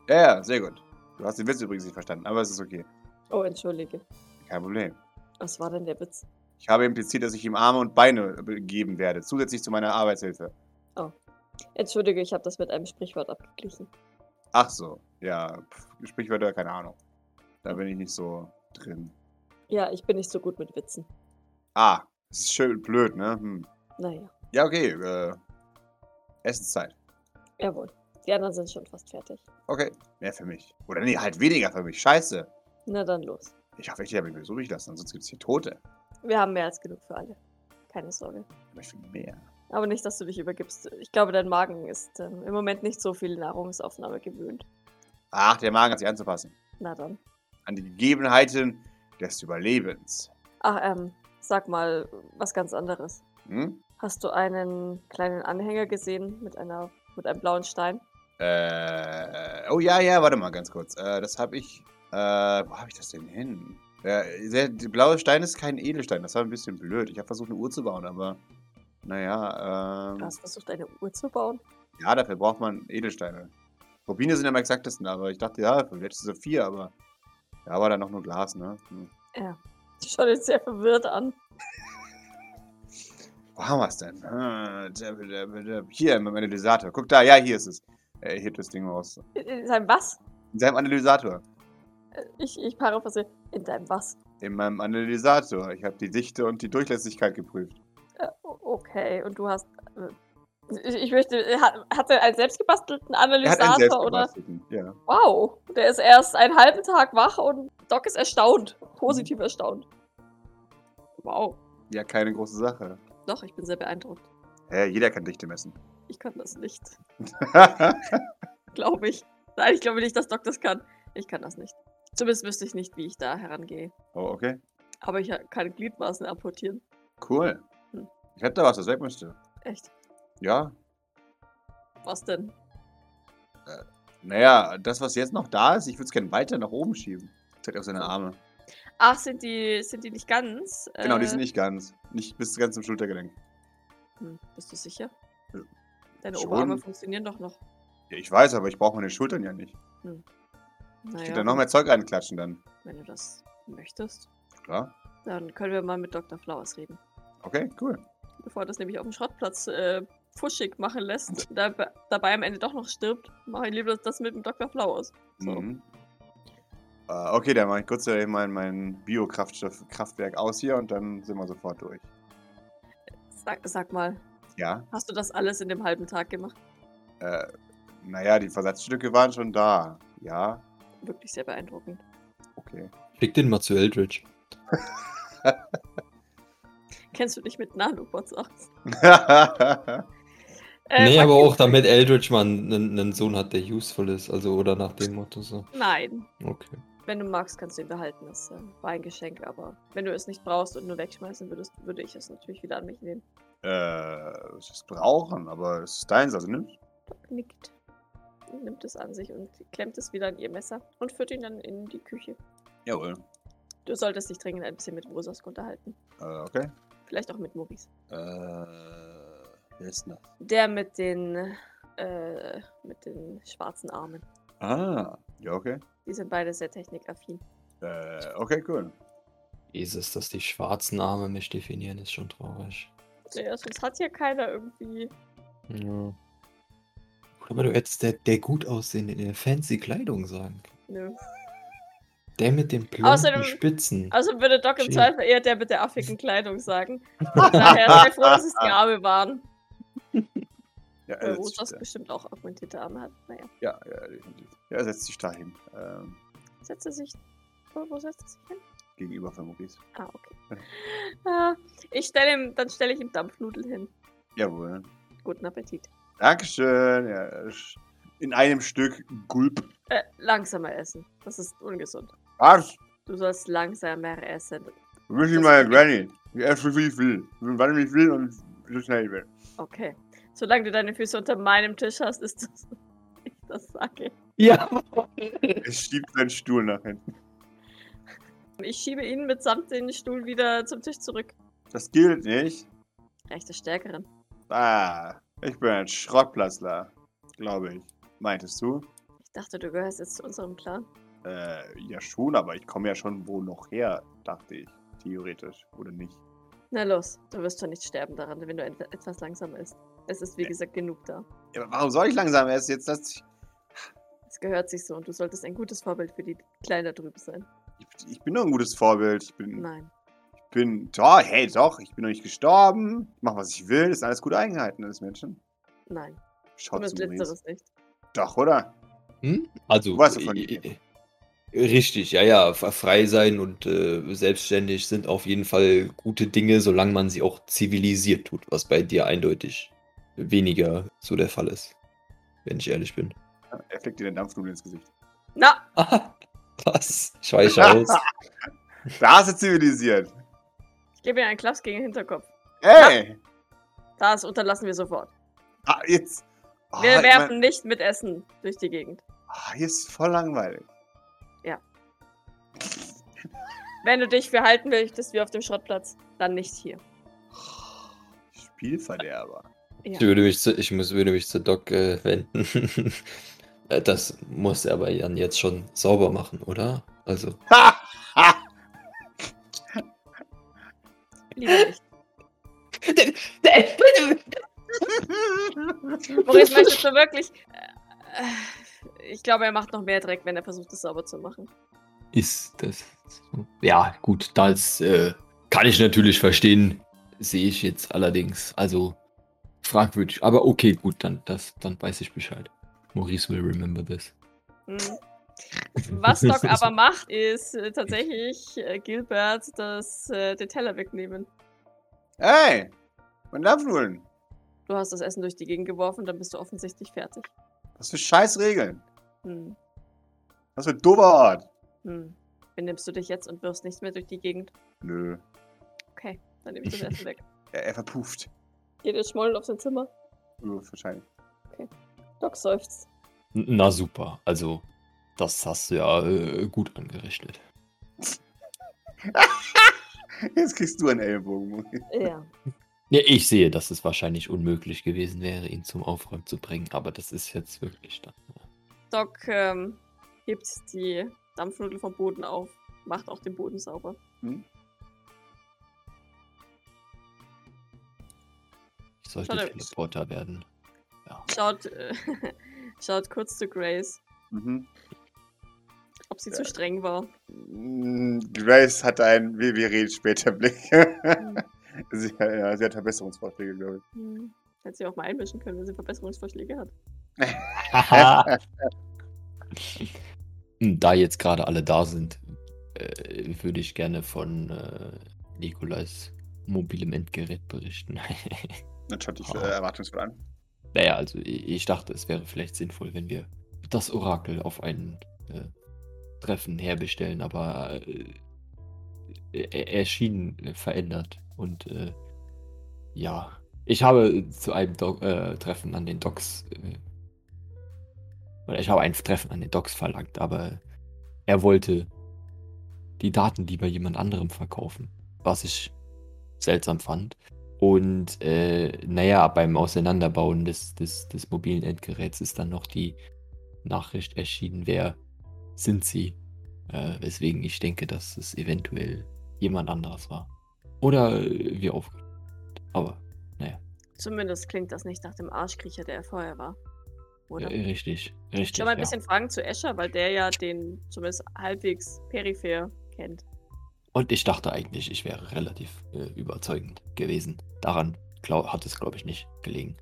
Ja, ja, sehr gut. Du hast den Witz übrigens nicht verstanden, aber es ist okay. Oh, entschuldige. Kein Problem. Was war denn der Witz? Ich habe impliziert, dass ich ihm Arme und Beine äh, geben werde, zusätzlich zu meiner Arbeitshilfe. Entschuldige, ich habe das mit einem Sprichwort abgeglichen. Ach so, ja, pf, Sprichwörter, keine Ahnung. Da bin ich nicht so drin. Ja, ich bin nicht so gut mit Witzen. Ah, es ist schön blöd, ne? Hm. Naja, Ja, okay, äh, Essenszeit. jawohl. Die anderen sind schon fast fertig. Okay, mehr für mich. Oder nee, halt weniger für mich, scheiße. Na dann los. Ich hoffe, ich habe mich so lassen, sonst gibt es hier Tote. Wir haben mehr als genug für alle. Keine Sorge. Aber ich will mehr. Aber nicht, dass du dich übergibst. Ich glaube, dein Magen ist ähm, im Moment nicht so viel Nahrungsaufnahme gewöhnt. Ach, der Magen hat sich anzupassen. Na dann. An die Gegebenheiten des Überlebens. Ach, ähm, sag mal was ganz anderes. Hm? Hast du einen kleinen Anhänger gesehen mit einer mit einem blauen Stein? Äh, oh ja, ja, warte mal ganz kurz. Äh, das habe ich. Äh, wo habe ich das denn hin? Äh, der, der blaue Stein ist kein Edelstein, das war ein bisschen blöd. Ich habe versucht, eine Uhr zu bauen, aber naja, Du ähm, hast versucht, eine Uhr zu bauen? ja, dafür braucht man Edelsteine. Rubine sind am exaktesten, aber ich dachte, ja, vielleicht ist es vier, aber ja, war dann noch nur Glas, ne? Hm. Die schaut jetzt sehr verwirrt an. Wo haben wir es denn? Äh, da- da- da- da- Hier, mit dem Analysator. Guck da, ja, hier ist es. Er hebt das Ding raus. In deinem was? In seinem Analysator. Ich, ich paraphrasiere. In deinem was? In meinem Analysator. Ich habe die Dichte und die Durchlässigkeit geprüft. Äh, o- okay, und du hast. äh, Ich, ich möchte. Hat, hat er einen selbstgebastelten Er hat einen Analysator oder? selbstgebastelten. Ja. Wow, der ist erst einen halben Tag wach und Doc ist erstaunt. Mhm. Positiv erstaunt. Wow. ja, keine große Sache. Doch, ich bin sehr beeindruckt. Hä, jeder kann Dichte messen. [laughs] Ich kann das nicht. ja, Glaube ich. Nein, ich glaube nicht, dass Doc das kann. Ich kann das nicht. Zumindest wüsste ich nicht, wie ich da herangehe. oh, okay. Aber ich kann Gliedmaßen apportieren. Cool. Hm. Ich hätte da was, das weg müsste. Echt? Ja. Was denn? Naja, das, was jetzt noch da ist, ich würde es gerne weiter nach oben schieben. Zeigt auf seine Arme. Ach, sind die, sind die nicht ganz? Genau, die Äh, sind nicht ganz. Nicht bis ganz zum Schultergelenk. Hm, bist du sicher? Hm. Ja. Deine Schon. Oberarme funktionieren doch noch. Ja, ich weiß, aber ich brauche meine Schultern ja nicht. Ich Naja, könnte da noch mehr Zeug reinklatschen dann. wenn du das möchtest, Klar. dann können wir mal mit Dr. Flowers reden. Okay, cool. Bevor er das nämlich auf dem Schrottplatz äh, fuschig [laughs] machen lässt, da, dabei am Ende doch noch stirbt, mache ich lieber das mit dem Dr. Flowers. So. Mhm. Äh, okay, dann mache ich kurz äh, mein, mein Biokraftwerk aus hier und dann sind wir sofort durch. Sag, sag mal, Ja, hast du das alles in dem halben Tag gemacht? äh, naja, die Versatzstücke waren schon da. Ja, Wirklich sehr beeindruckend. okay. [laughs] Schick den mal zu Eldridge. Kennst du dich mit Nanobots aus? Äh, Äh, nee, aber Maxi- auch damit Eldridge mal einen, einen Sohn hat, der useful ist, also oder nach dem Motto so. Nein. Okay. Wenn du magst, kannst du ihn behalten. Das äh, war ein Geschenk, aber wenn du es nicht brauchst und nur wegschmeißen würdest, würde ich es natürlich wieder an mich nehmen. äh, es ist brauchen, aber es ist deins, also nimm's. nickt, nimmt es an sich und klemmt es wieder an ihr Messer und führt ihn dann in die Küche. Jawohl. Du solltest dich dringend ein bisschen mit Wososk unterhalten. Äh, okay. Vielleicht auch mit Maurice. Äh, Wer ist denn das? Der mit den, äh, mit den schwarzen Armen. Ah, ja, okay. Die sind beide sehr technikaffin. Äh, okay, cool. Jesus, dass die schwarzen Arme mich definieren, ist schon traurig. Ja, sonst hat ja keiner irgendwie. Ja. Aber du hättest der, der gut aussehende in der fancy Kleidung sagen können. Nö. Der mit den blonden Außerdem- Spitzen. Also würde Doc im Schön. Zweifel eher der mit der affigen Kleidung sagen. Von Daher sei froh, dass es die Arme waren. Ja, Weil er setzt Rosas sich Äh, bestimmt auch augmentierte Arme hat. Naja, da, ja, ja, definitiv. Ja, er setzt sich dahin. Ähm, setzt er sich. Wo, wo setzt er sich hin? gegenüber von Maurice. Ah, okay. Ah, ich stelle ihm, dann stelle ich ihm Dampfnudeln hin. Jawohl. Guten Appetit. Dankeschön. Ja, er sch- in einem Stück Gulp. Äh, langsamer essen. Das ist ungesund. Was? Du sollst langsamer essen. Wir müssen Das- meine Granny. Ich esse so viel ich will. Wann ich will und so schnell ich will. Okay. Solange du deine Füße unter meinem Tisch hast, ist das, [laughs] ich das sage. Ja. Er schiebt seinen Stuhl nach hinten. Ich schiebe ihn mitsamt den Stuhl wieder zum Tisch zurück. Das gilt nicht. Recht der Stärkeren. Ah, ich bin ein Schrottplatzler. Glaube ich. Meintest du? Ich dachte, du gehörst jetzt zu unserem Clan. Äh, ja schon, aber ich komme ja schon wo noch her, dachte ich. Theoretisch. Oder nicht. Na los, du wirst schon nicht sterben daran, wenn du et- etwas langsamer isst. Es ist, wie Nee. gesagt, genug da. Ja, aber warum soll ich langsam essen? Jetzt lass ich. Es gehört sich so und du solltest ein gutes Vorbild für die Kleinen da drüben sein. Ich- Ich bin nur ein gutes Vorbild. Ich bin. Nein. Ich bin. Doch, hey, doch, ich bin noch nicht gestorben. Ich mach, was ich will. Das sind alles gute Eigenheiten eines Menschen. Nein. Du Schaut bist zu Maurice. letzteres nicht. Doch, oder? Hm? Also, Du weißt, wovon äh, ich rede. äh, richtig, ja, ja. f- Frei sein und äh, selbstständig sind auf jeden Fall gute Dinge, solange man sie auch zivilisiert tut, was bei dir eindeutig weniger so der Fall ist, wenn ich ehrlich bin. [laughs] Er flickt dir den Dampfnudeln ins Gesicht. Na, Ah, was? Ich weiche aus. Da ist er zivilisiert. ich gebe ihm einen Klaps gegen den Hinterkopf. Ey! Das unterlassen wir sofort. Ah, jetzt. Ah, Wir ich werfen mein, nicht mit Essen durch die Gegend. ah, hier ist voll langweilig. Wenn du dich verhalten möchtest wie auf dem Schrottplatz, dann nicht hier. Spielverderber. [laughs] Ja. Ich würde mich zu, ich muss, würde mich zu Doc äh, wenden. [laughs] Äh, das muss er aber Jan jetzt schon sauber machen, oder? Also, [laughs] Lieber nicht. Maurice, möchtest du wirklich. Äh, Ich glaube, er macht noch mehr Dreck, wenn er versucht, es sauber zu machen. ist das so? Ja, gut, das äh, kann ich natürlich verstehen. Sehe ich jetzt allerdings. Also, fragwürdig. Aber okay, gut, dann, das, dann weiß ich Bescheid. Maurice will remember this. Hm. [laughs] Was [laughs] Doc aber macht, ist äh, tatsächlich äh, Gilbert das, äh, den Teller wegnehmen. Ey! Mein Dampfnudeln! Du hast das Essen durch die Gegend geworfen, dann bist du offensichtlich fertig. Was für Scheißregeln! Hm. Was für ein dober Ort! Hm. Benimmst du dich jetzt und wirfst nicht mehr durch die Gegend? Nö. Okay, dann nehme [laughs] ich das Essen weg. Er, er verpufft. Geht jetzt schmollend auf sein Zimmer? Nö, wahrscheinlich. [laughs] Doc seufzt. Na super, also, das hast du ja äh, gut angerichtet. Jetzt kriegst du einen Ellbogen. Maurice. Ja. Ja, ich sehe, dass es wahrscheinlich unmöglich gewesen wäre, ihn zum Aufräumen zu bringen, aber das ist jetzt wirklich dann. ne? Doc ähm, hebt die Dampfnudel vom Boden auf, macht auch den Boden sauber. Ich sollte Schade. Teleporter werden. Ja. Schaut, äh, [laughs] schaut kurz zu Grace, Mhm. ob sie zu streng war. Mm, Grace hat einen, wir, wir reden später Blick. Hm, sie, ja, sie hat Verbesserungsvorschläge, glaube ich. hm. Hätte sie auch mal einmischen können, wenn sie Verbesserungsvorschläge hat. Hm, da jetzt gerade alle da sind, äh, würde ich gerne von äh, Nikolais mobilem Endgerät berichten. [laughs] Dann schaut dich Oh. äh, erwartungsvoll an. naja, also i- ich dachte, es wäre vielleicht sinnvoll, wenn wir das Orakel auf ein äh, Treffen herbestellen, aber äh, er er schien verändert und äh, ja, ich habe zu einem Do äh, Treffen an den Docks äh, oder ich habe ein Treffen an den Docks verlangt, aber er wollte die Daten lieber jemand anderem verkaufen, was ich seltsam fand. Und äh, naja, beim Auseinanderbauen des, des, des mobilen Endgeräts ist dann noch die Nachricht erschienen, wer sind sie. Äh, weswegen ich denke, dass es eventuell jemand anderes war. Oder äh, wir auf. Aber Zumindest klingt das nicht nach dem Arschkriecher, der er vorher war. Oder? äh, richtig, richtig. ich will mal ein ja. bisschen fragen zu Escher, weil der ja den zumindest halbwegs peripher kennt. Und ich dachte eigentlich, ich wäre relativ äh, überzeugend gewesen. Daran glaub, hat es, glaube ich, nicht gelegen.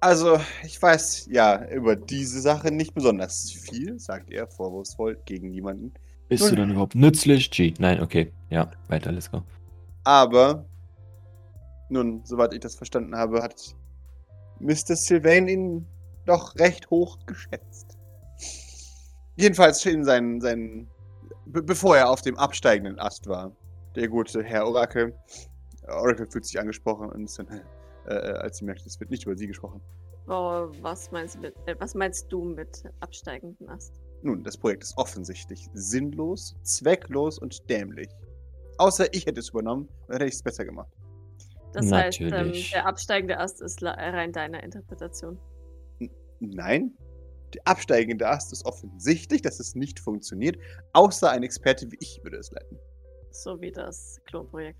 Also, ich weiß ja über diese Sache nicht besonders viel, sagt er vorwurfsvoll gegen jemanden. Bist du dann überhaupt nützlich? Cheat. Nein, okay. Ja, weiter, let's go. Aber, nun, soweit ich das verstanden habe, hat Mr. Sylvain ihn doch recht hoch geschätzt. Jedenfalls in seinen, seinen be bevor er auf dem absteigenden Ast war. Der gute Herr Oracle. Oracle fühlt sich angesprochen und ist dann, äh, als sie merkt, es wird nicht über sie gesprochen. Wow, was meinst, du mit, äh, was meinst du mit absteigenden Ast? Nun, das Projekt ist offensichtlich sinnlos, zwecklos und dämlich. Außer ich hätte es übernommen, dann hätte ich es besser gemacht. Das heißt, ähm, Natürlich. der absteigende Ast ist la- rein deiner Interpretation. Nein. Der absteigende Ast ist offensichtlich, dass es nicht funktioniert, außer ein Experte wie ich würde es leiten. So wie das Klonprojekt.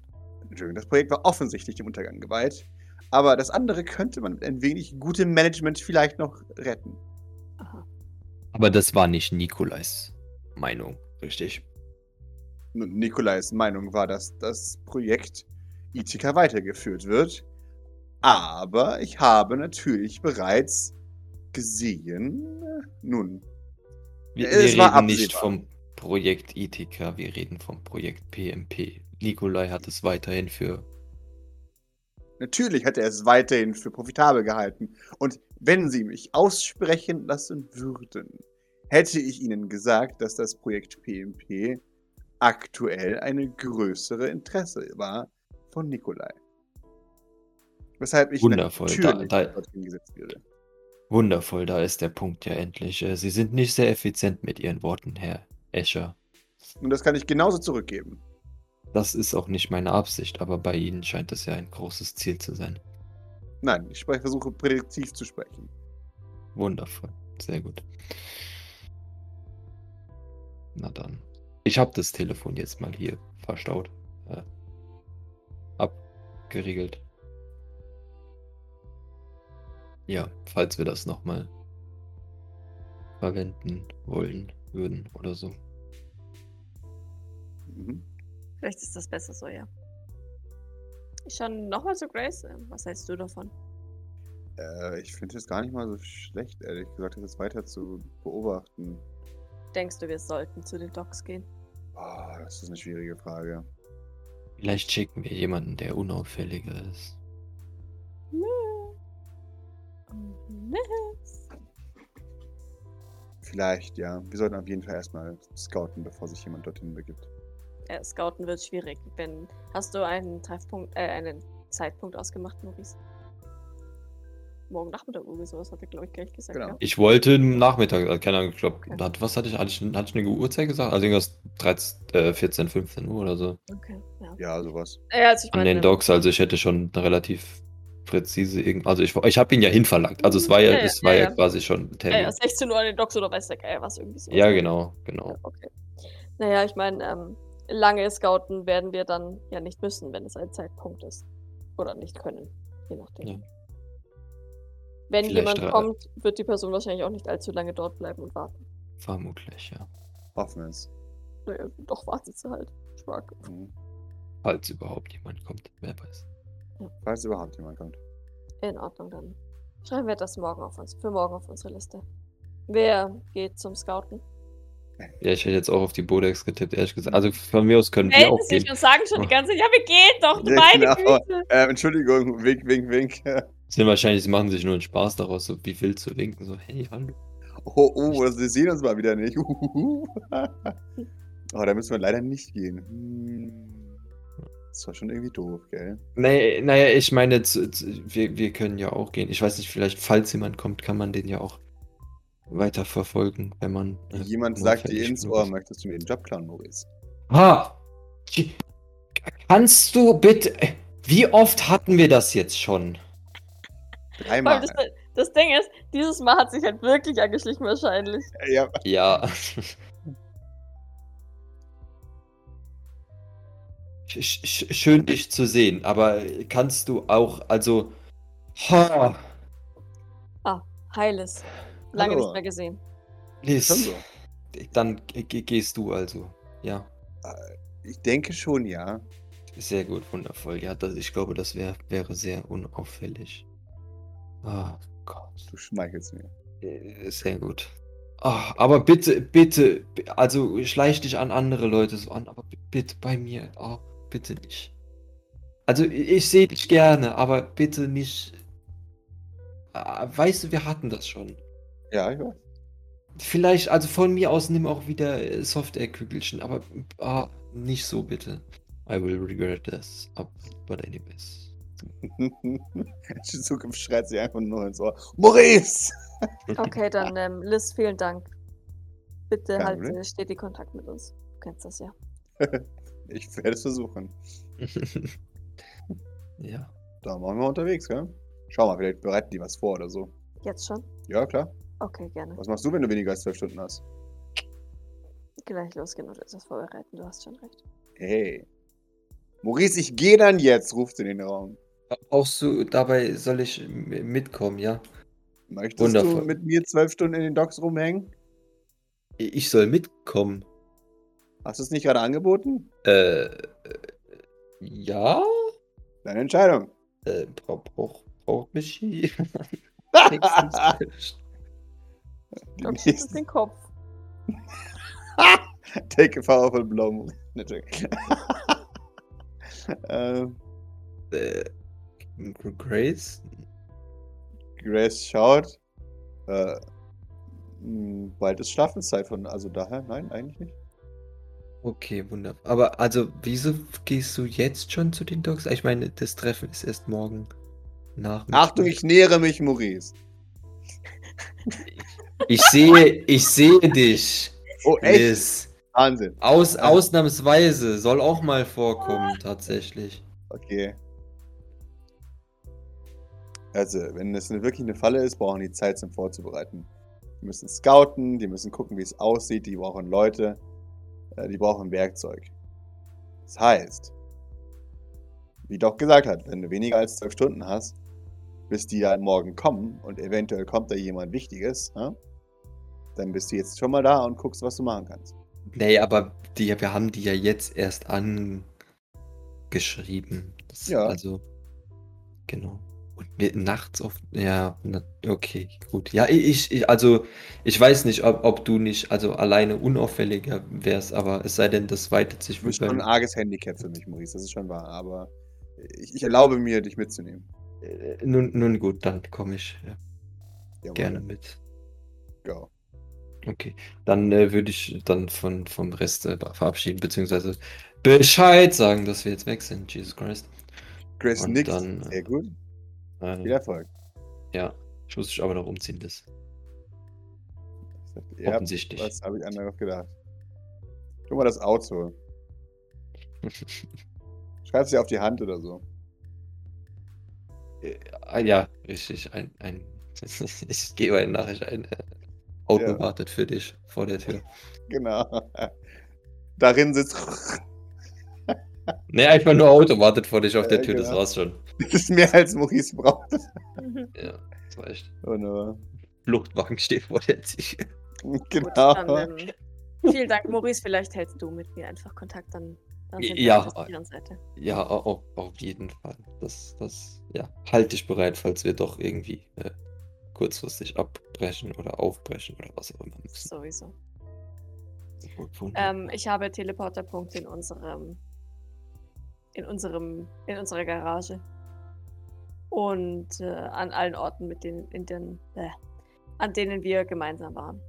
Entschuldigung, das Projekt war offensichtlich dem Untergang geweiht, aber das andere könnte man mit ein wenig gutem Management vielleicht noch retten. Aha. Aber das war nicht Nikolais Meinung, richtig? Nun, Nikolais Meinung war, dass das Projekt Ithaca weitergeführt wird, aber ich habe natürlich bereits gesehen, äh, nun, Wir, Es wir war reden nicht absehbar. vom Projekt ITK, wir reden vom Projekt PMP. Nikolai hat es weiterhin für. Natürlich hat er es weiterhin für profitabel gehalten. Und wenn Sie mich aussprechen lassen würden, hätte ich Ihnen gesagt, dass das Projekt PMP aktuell eine größere Interesse war von Nikolai. Weshalb ich Wundervoll. Da- natürlich da- dorthin gesetzt würde. Wundervoll, da ist der Punkt ja endlich. Äh, Sie sind nicht sehr effizient mit Ihren Worten, Herr Escher. Und das kann ich genauso zurückgeben. Das ist auch nicht meine Absicht, aber bei Ihnen scheint es ja ein großes Ziel zu sein. Nein, ich spreche, versuche prädiktiv zu sprechen. Wundervoll. Sehr gut. Na dann. Ich habe das Telefon jetzt mal hier verstaut. Äh, abgeriegelt. Ja, falls wir das nochmal verwenden wollen würden oder so. Mhm. Vielleicht ist das besser so, ja. Ich schaue nochmal zu Grace. äh, Was hältst du davon? Äh, ich finde es gar nicht mal so schlecht, ehrlich gesagt, das jetzt weiter zu beobachten. Denkst du, wir sollten zu den Docs gehen? Boah, das ist eine schwierige Frage. Vielleicht schicken wir jemanden, der unauffälliger ist. Nee. [laughs] Vielleicht, ja. Wir sollten auf jeden Fall erstmal scouten, bevor sich jemand dorthin begibt. Äh, Scouten wird schwierig, wenn. Hast du einen Treffpunkt, äh, einen Zeitpunkt ausgemacht, Maurice? Morgen Nachmittag irgendwie sowas, hat er, glaube ich, gleich gesagt. Genau. Ja? Ich wollte im Nachmittag, äh, keine Ahnung, ich glaube, was hatte ich? Hatte ich, hatte ich eine Uhrzeit gesagt? Also irgendwas 13, äh, 14, 15 Uhr oder so. Okay, ja. Ja, sowas. Äh, also ich An meine, den Docs, also ich hätte schon eine relativ präzise, irgend- also ich, ich habe ihn ja hinverlangt. Also es war ja, Ja, ja, es war ja, ja, ja. quasi schon ein Äh, genau. Termin. 16 Uhr an den Docs oder weiß der Geier was irgendwie so. ja, genau, genau. Okay. Naja, ich meine, ähm, lange scouten werden wir dann ja nicht müssen, wenn es ein Zeitpunkt ist. Oder nicht können, je nachdem. Ja. Wenn Vielleicht jemand drei- kommt, wird die Person wahrscheinlich auch nicht allzu lange dort bleiben und warten. Vermutlich, ja. Hoffen wir es. Naja, doch wartet sie halt. Schmack. Mhm. Falls überhaupt jemand kommt, wer weiß. Falls überhaupt jemand kommt. In Ordnung, dann schreiben wir das morgen auf uns, für morgen auf unsere Liste. Wer geht zum Scouten? Ja, ich hätte jetzt auch auf die Bodex getippt, ehrlich gesagt. Also von mir aus können wir auch gehen. und sagen schon die ganze Zeit, ja, wir gehen doch, Ja, meine genau. Äh, Entschuldigung, wink, wink, [laughs] wink. Sind wahrscheinlich, sie machen sich nur einen Spaß daraus, so wie wild zu winken, so, hey, hallo. Oh, oh, das- wir sehen uns mal wieder nicht. [laughs] Uhuhu. oh, da müssen wir leider nicht gehen. Hm. Das war schon irgendwie doof, gell? Nee, naja, ich meine, zu, zu, wir, wir können ja auch gehen. Ich weiß nicht, vielleicht, falls jemand kommt, kann man den ja auch weiter verfolgen, wenn man. äh, Jemand sagt dir notwendig ins genug Ohr, ist. möchtest du mir den Job klauen, Maurice? Ha! Kannst du bitte. Wie oft hatten wir das jetzt schon? Vor Dreimal. allem das, das Ding ist, dieses Mal hat sich halt wirklich angeschlichen wahrscheinlich. [laughs] Ja, Ja. [laughs] Sch- sch- Schön dich zu sehen, aber kannst du auch, also. Ha, Heiles. Lange Hallo. nicht [laughs] mehr gesehen. Liz, schon so. dann ge- ge- gehst du also. Ja, Ich denke schon, ja. sehr gut, wundervoll. Ja, das, ich glaube, das wär, wäre sehr unauffällig. Ah, Gott. Du schmeichelst mir. Äh, Sehr gut. Ah, aber bitte, bitte, bi- also schleich dich an andere Leute so an, aber bi- bitte bei mir, ah, bitte nicht. Also i- ich sehe dich gerne, aber bitte nicht. Ah, Weißt du, wir hatten das schon. Ja, ich weiß. [laughs] Vielleicht, also von mir aus nimm auch wieder äh, Software-Kügelchen, aber ah, nicht so bitte. I will regret this, ah, but anyways. [laughs] In Zukunft schreit sie einfach nur ins Ohr. Maurice! Okay, dann ähm, Liz, vielen Dank. Bitte Kein halt Problem. äh, stetig Kontakt mit uns. Du kennst das ja. Ich werde es versuchen. ja. Da waren wir unterwegs, gell? Schau mal, vielleicht bereiten die was vor oder so. Jetzt schon? Ja, klar. Okay, gerne. Was machst du, wenn du weniger als zwölf Stunden hast? Gleich losgehen und etwas vorbereiten. Du hast schon recht. Hey. Maurice, ich gehe dann jetzt, ruft sie in den Raum. Brauchst du, dabei soll ich äh, m- mitkommen, ja? Möchtest Wundervoll. du mit mir zwölf Stunden in den Docks rumhängen? I- Ich soll mitkommen. Hast du es nicht gerade angeboten? Äh, äh, ja? Deine Entscheidung. Äh, bra brauch, braucht mich hier. Die Und schießt nächsten- den Kopf. Take a powerful blow. [laughs] Maurice. Ne, Joke. ähm, [laughs] äh, Grace? Grace schaut. Äh, mh, bald ist Schlafenszeit von, also daher, nein, eigentlich nicht. Okay, wunderbar. Aber also, wieso gehst du jetzt schon zu den Dogs? Ah, Ich meine, das Treffen ist erst morgen Nachmittag. Achtung, ich nähere mich, Maurice. Ich sehe, ich sehe dich. Oh, echt? Liz. Wahnsinn. Aus, ausnahmsweise soll auch mal vorkommen, tatsächlich. Okay. Also, wenn das eine- wirklich eine Falle ist, brauchen die Zeit zum Vorzubereiten. Die müssen scouten, die müssen gucken, wie es aussieht, die brauchen Leute, äh, die brauchen Werkzeug. Das heißt, wie Doc gesagt hat, wenn du weniger als zwölf Stunden hast, bis die dann morgen kommen und eventuell kommt da jemand Wichtiges, ne? dann bist du jetzt schon mal da und guckst, was du machen kannst. Nee, aber die, wir haben die ja jetzt erst angeschrieben. Das, Ja. Also, genau. Und wir, nachts auf. Ja, na, okay, gut. Ja, ich, ich, also, ich weiß nicht, ob, ob du nicht, also alleine unauffälliger wärst, aber es sei denn, das weitet sich Du bist wie schon ein beim- arges Handicap für mich, Maurice, das ist schon wahr, aber ich, ich erlaube mir, dich mitzunehmen. Äh, Nun, nun gut, dann komme ich ja, Jawohl. gerne mit. Go. Okay, dann äh, würde ich dann von, vom Rest äh, verabschieden, beziehungsweise Bescheid sagen, dass wir jetzt weg sind. Jesus Christ. Chris Und nickt. dann, äh, Sehr gut. Viel Äh, Erfolg. ja, ich muss mich aber noch umziehen, das. Ja, Offensichtlich. was habe ich anders gedacht? Guck mal das [laughs] Auto. Schreib's dir auf die Hand oder so. Ah, ja, richtig. Ein, ein [laughs] ich gebe eine Nachricht ein. Auto Ja. wartet für dich vor der Tür. Genau. [laughs] Darin sitzt. [laughs] Nee, einfach nur Auto wartet vor dich auf der Ja, Tür, das genau. war's schon. Das ist mehr als Maurice braucht. [laughs] Mhm. Ja, das war echt. Wunderbar. Fluchtwagen [laughs] steht vor der Tür. Gut, Genau. dann, ähm, vielen Dank, Maurice. Vielleicht hältst du mit mir einfach Kontakt, dann, dann sind wir Ja. auf der sicheren Seite. Ja, auf, auf jeden Fall. Das, das, ja, halt dich bereit, falls wir doch irgendwie äh, kurzfristig abbrechen oder aufbrechen oder was auch immer müssen. Sowieso. Wunderbar. Ähm, ich habe Teleporterpunkte in unserem, in unserem, in unserer Garage. Und äh, an allen Orten, mit denen, in den, äh, an denen wir gemeinsam waren.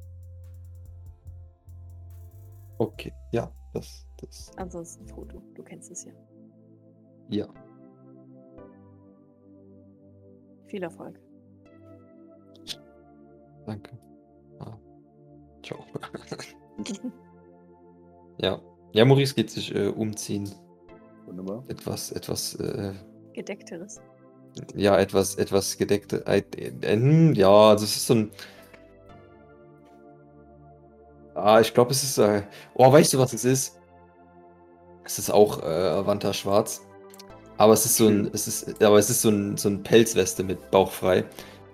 okay, ja, das, das, Ansonsten Foto, du kennst es ja. ja. Viel Erfolg. Danke. Ah. Ciao. ja. Ja, Maurice geht sich äh, umziehen. Wunderbar. Etwas, etwas äh, Gedeckteres. Ja, etwas, etwas gedeckte. Äh, äh, hm, ja, also es ist so ein. Ah, ich glaube, es ist. Äh, oh, weißt du, was es ist? Es ist auch äh, Avanta Schwarz. Aber es ist so ein. Es ist, aber es ist so ein, so ein Pelzweste mit Bauch frei.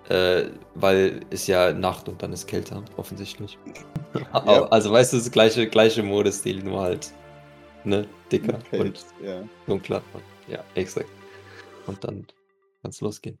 Äh, weil es ja Nacht und dann ist kälter, offensichtlich. Aber, Also weißt du, es ist gleiche, gleiche Modestil, nur halt. Ne? Dicker und ja. dunkler. Ja, exakt. Und dann kann's losgehen.